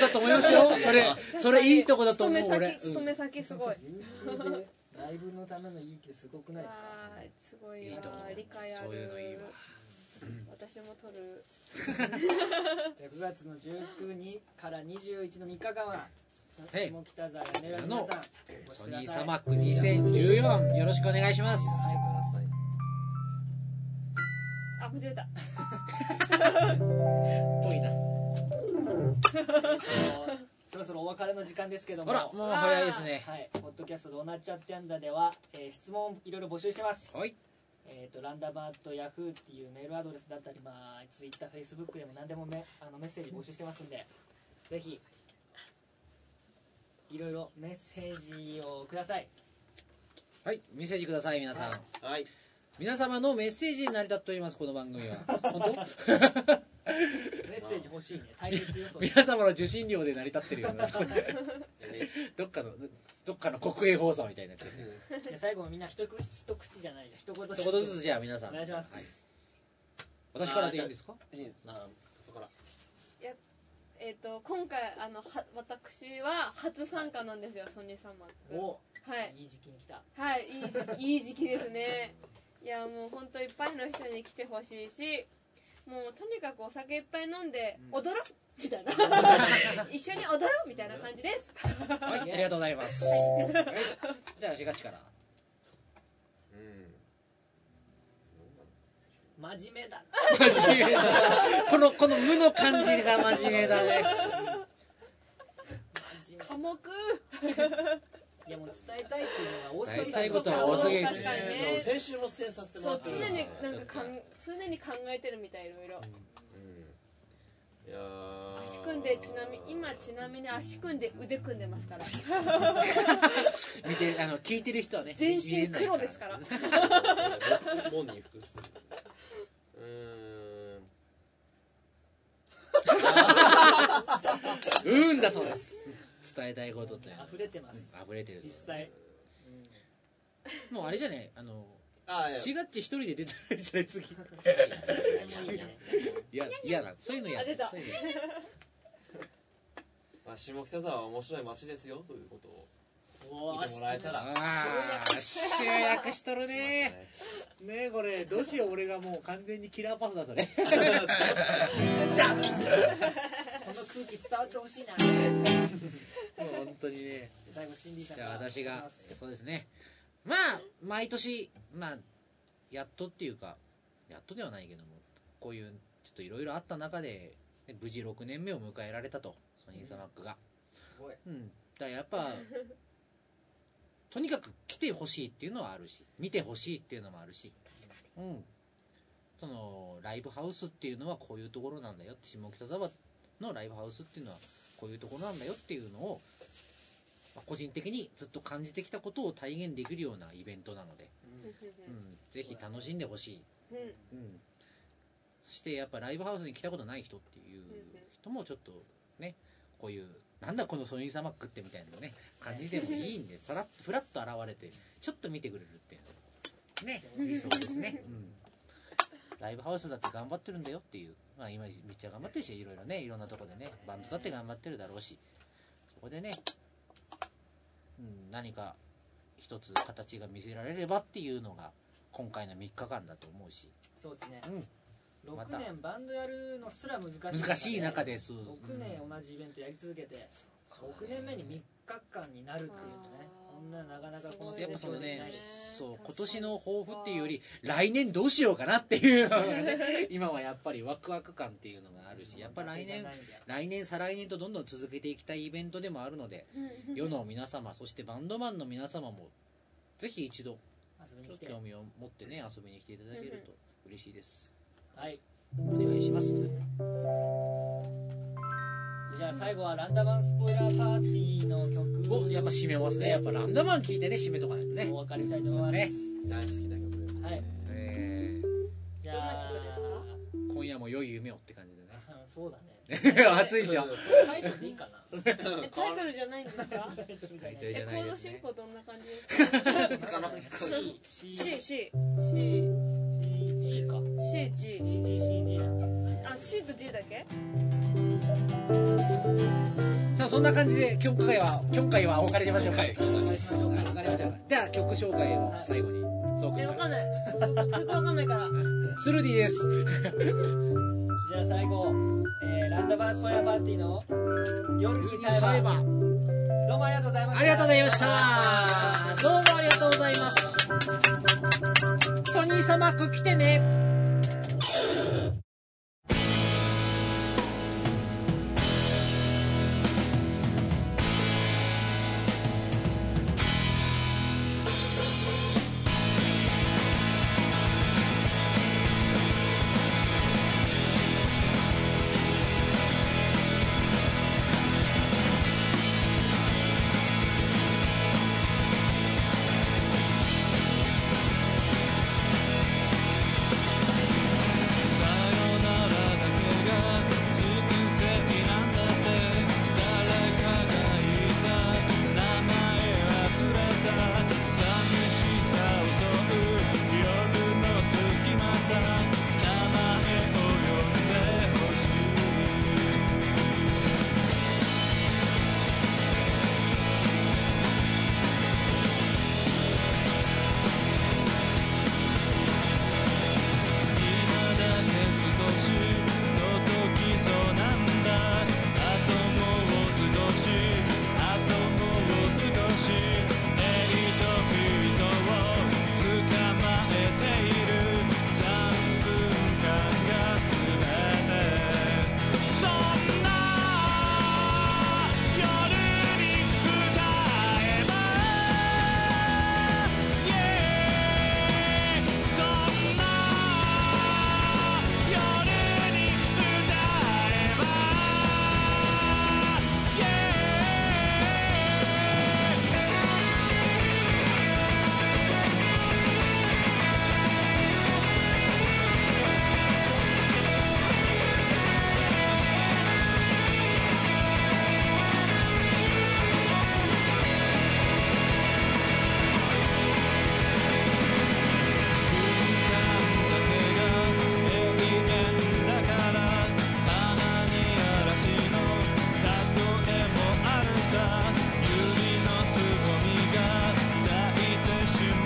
[SPEAKER 3] だと思いますよ。それ、それいいとこだと思う、
[SPEAKER 5] 勤め
[SPEAKER 3] 俺。
[SPEAKER 5] 先勤め先すごい
[SPEAKER 1] 有給でライブのための有給すごくないですか
[SPEAKER 5] わーすごい
[SPEAKER 3] いい
[SPEAKER 5] わ
[SPEAKER 3] と思う
[SPEAKER 5] 理解ある
[SPEAKER 3] そういうのいいわ
[SPEAKER 5] 私も取る
[SPEAKER 1] で9月の19にから21の3日間は
[SPEAKER 3] はい
[SPEAKER 1] 下北沢屋根裏の皆さんお越し
[SPEAKER 3] ソ
[SPEAKER 1] くだ
[SPEAKER 3] ニー
[SPEAKER 1] さ
[SPEAKER 3] サ
[SPEAKER 1] い
[SPEAKER 3] マック2014、よろしくお願いします。
[SPEAKER 4] 来てください
[SPEAKER 5] あ間違えた
[SPEAKER 3] ぽいな。
[SPEAKER 1] あのそろそろお別れの時間ですけども
[SPEAKER 3] ほら、もう早いですね。
[SPEAKER 1] はい、ポッドキャストどうなっちゃってんだでは、えー質問いろいろ募集してます。
[SPEAKER 3] はい。
[SPEAKER 1] えっ、と、ランダムアットヤフーっていうメールアドレスだったり、まあ、ツイッター、フェイスブックでも何でもメあのメッセージ募集してますんで、ぜひ、いろいろメッセージをください。
[SPEAKER 3] はい、メッセージください、皆さん。
[SPEAKER 4] はい
[SPEAKER 3] 皆様のメッセージに成り立っております、この番組は。 本
[SPEAKER 1] メッセージ欲しいね。対決予想
[SPEAKER 3] 当。 皆様の受信料で成り立ってるような。 どっかの、どっかの国営放送みたいになっ ちゃって。
[SPEAKER 1] いや最後もみんな一口一口じゃないよ。一言ずつ。
[SPEAKER 3] 一言ずつじゃあ皆さん。
[SPEAKER 1] お願いします
[SPEAKER 3] は私からでいいんですか
[SPEAKER 4] いあそこら
[SPEAKER 5] えっ、と今回あのは私は初参加なんですよソニーサマック
[SPEAKER 1] お
[SPEAKER 5] はい
[SPEAKER 1] いい時期に来た。
[SPEAKER 5] はいいい時期いい時期ですねいやもう本当いっぱいの人に来てほしいしもうとにかくお酒いっぱい飲んで踊ろうみた いな一緒に踊ろうみたいな感じです
[SPEAKER 3] はい、ありがとうございます。じゃあ、しがちから。
[SPEAKER 4] うん
[SPEAKER 1] 真面目だ。
[SPEAKER 3] 真面目だ。 この、この無の感じが真面目だね。
[SPEAKER 1] 真面
[SPEAKER 5] 科目
[SPEAKER 1] 目。いや、もう伝えたいっていうのが多すぎ
[SPEAKER 3] 伝えたいことは多すぎる
[SPEAKER 5] 確かに
[SPEAKER 4] でも
[SPEAKER 5] ね
[SPEAKER 4] 先週も出演させても
[SPEAKER 5] そ
[SPEAKER 4] ら
[SPEAKER 5] う
[SPEAKER 4] った
[SPEAKER 5] 常
[SPEAKER 4] から
[SPEAKER 5] になんかかん常に考えてるみたいいろいろ
[SPEAKER 4] うんいやー
[SPEAKER 5] 足組んでちなみ今ちなみに足組んで腕組んでますから
[SPEAKER 3] 見て、あの、聞いてる人はね。
[SPEAKER 5] 全身黒です
[SPEAKER 3] ら。
[SPEAKER 5] から
[SPEAKER 4] 門に服してるうーん
[SPEAKER 3] うんだそうです。伝えたいことって。
[SPEAKER 1] 溢れてます。
[SPEAKER 3] 溢れてる。
[SPEAKER 1] 実際。
[SPEAKER 3] もうあれじゃないあの、
[SPEAKER 4] あーいや
[SPEAKER 3] しがっち一人で出てるじゃない次。
[SPEAKER 1] いいね
[SPEAKER 3] いや、嫌だ。そういうの嫌
[SPEAKER 5] あ出た
[SPEAKER 3] そういうの 嫌
[SPEAKER 4] まあ下北沢は面白い街ですよということを
[SPEAKER 1] お
[SPEAKER 4] 見てもらえたら
[SPEAKER 3] ああ、集約しとるね。ねえ、これ、どうしよう、俺がもう完全にキラーパスだ、それ。
[SPEAKER 1] この空気伝わってほしいな。
[SPEAKER 3] もう本当にね。
[SPEAKER 1] 最後、シンディさん
[SPEAKER 3] じ
[SPEAKER 1] か
[SPEAKER 3] ゃあ
[SPEAKER 1] らお願
[SPEAKER 3] 私
[SPEAKER 1] いし
[SPEAKER 3] が
[SPEAKER 1] ます、
[SPEAKER 3] そうですね。まあ、毎年、まあ、やっとっていうか、やっとではないけども、こういう、ちょっといろいろあった中で、ね無事6年目を迎えられたと、ソニーサマックが。
[SPEAKER 1] すごい。
[SPEAKER 3] うん。だからやっぱ、とにかく来てほしいっていうのはあるし、見てほしいっていうのもあるし、うん。その、ライブハウスっていうのはこういうところなんだよって、下北沢のライブハウスっていうのはこういうところなんだよっていうのを、まあ個人的にずっと感じてきたことを体現できるようなイベントなので、うん、ぜひ楽しんでほしい。
[SPEAKER 5] うん
[SPEAKER 3] うん、そしてやっぱライブハウスに来たことない人っていう人もちょっとねこういうなんだこのソニーサマックってみたいなのね感じでもいいんでさらっとふらっと現れてちょっと見てくれるっていうね理想ですね、うん、ライブハウスだって頑張ってるんだよっていうまあ今めっちゃ頑張ってるしいろいろねいろんなとこでねバンドだって頑張ってるだろうしそこでね、うん、何か一つ形が見せられればっていうのが今回の3日間だと思うし、
[SPEAKER 1] そうですね。
[SPEAKER 3] うん、また
[SPEAKER 1] 6年バンドやるのすら難しい中で
[SPEAKER 3] 難しい中でそう
[SPEAKER 1] 6年同じイベントやり続けて6年目に3日間になるっていうとねこんななかなかこ
[SPEAKER 5] そ
[SPEAKER 1] の
[SPEAKER 5] う
[SPEAKER 3] やっぱその
[SPEAKER 1] 状況
[SPEAKER 3] ね
[SPEAKER 1] ないです
[SPEAKER 3] そう
[SPEAKER 5] 確かに
[SPEAKER 3] 今年の抱負っていうより来年どうしようかなっていうのが ね今はやっぱりワクワク感っていうのがあるしやっぱ来年来年再来年とどんどん続けていきたいイベントでもあるので世の皆様そしてバンドマンの皆様もぜひ一度
[SPEAKER 1] 遊びに来て
[SPEAKER 3] 興味を持ってね遊びに来ていただけると嬉しいです
[SPEAKER 1] はい
[SPEAKER 3] お願いします
[SPEAKER 1] そじゃあ最後はランダマンスポイラーパーティーの曲
[SPEAKER 3] をやっぱ締めますねやっぱランダマン聞いてね締めとかないとね
[SPEAKER 1] お別れしたいと思います
[SPEAKER 3] そうです
[SPEAKER 4] 大好きな曲ですね
[SPEAKER 1] はい
[SPEAKER 3] え
[SPEAKER 1] じゃあ
[SPEAKER 5] どんな曲で
[SPEAKER 3] ー今夜も良い夢をって感じでね
[SPEAKER 1] あ そうだね
[SPEAKER 3] 暑いでしょ
[SPEAKER 1] タイトルいいかな
[SPEAKER 5] えタイトルじゃないんですか
[SPEAKER 1] タイトルが
[SPEAKER 3] 大
[SPEAKER 1] ね
[SPEAKER 3] 体じ
[SPEAKER 5] え
[SPEAKER 3] ゃ
[SPEAKER 5] コ
[SPEAKER 3] ない
[SPEAKER 5] ー
[SPEAKER 3] で
[SPEAKER 5] ド
[SPEAKER 3] す
[SPEAKER 5] 進
[SPEAKER 3] ね
[SPEAKER 5] 行どんな感じですか
[SPEAKER 1] C C
[SPEAKER 5] C C C
[SPEAKER 1] G か
[SPEAKER 5] C G
[SPEAKER 1] C G C G だ
[SPEAKER 5] あ C と G だけ
[SPEAKER 3] さあそんな感じで今回は今回はお別れしましょうか、
[SPEAKER 4] はい
[SPEAKER 1] お願いしましょうか
[SPEAKER 3] わかりましたじゃあ曲紹介を最後にそうく
[SPEAKER 5] えわかん
[SPEAKER 3] ん
[SPEAKER 5] ない曲わかんないから
[SPEAKER 3] スルディです
[SPEAKER 1] じゃあ最後、えーランダマンスポイラーパーティーの夜に耐えば
[SPEAKER 3] 買えば
[SPEAKER 1] どうもありがとうございました
[SPEAKER 3] ありがとうございましたどうもありがとうございますソニーサマーク来てね
[SPEAKER 7] 「さよならだけが人生なんだって」「誰かが言った名前忘れた」「寂しさを襲う夜の隙間さ」「名前を呼んでほしい」今だけ少し届きそうなんだあともう少しあともう少しエイトビートを捕まえている3分間が全てそんな夜に歌えば Yeah そんな夜に歌えば Yeah 瞬間だけが永遠だから花に嵐の例えもあるさ指のつぼみが咲いてしま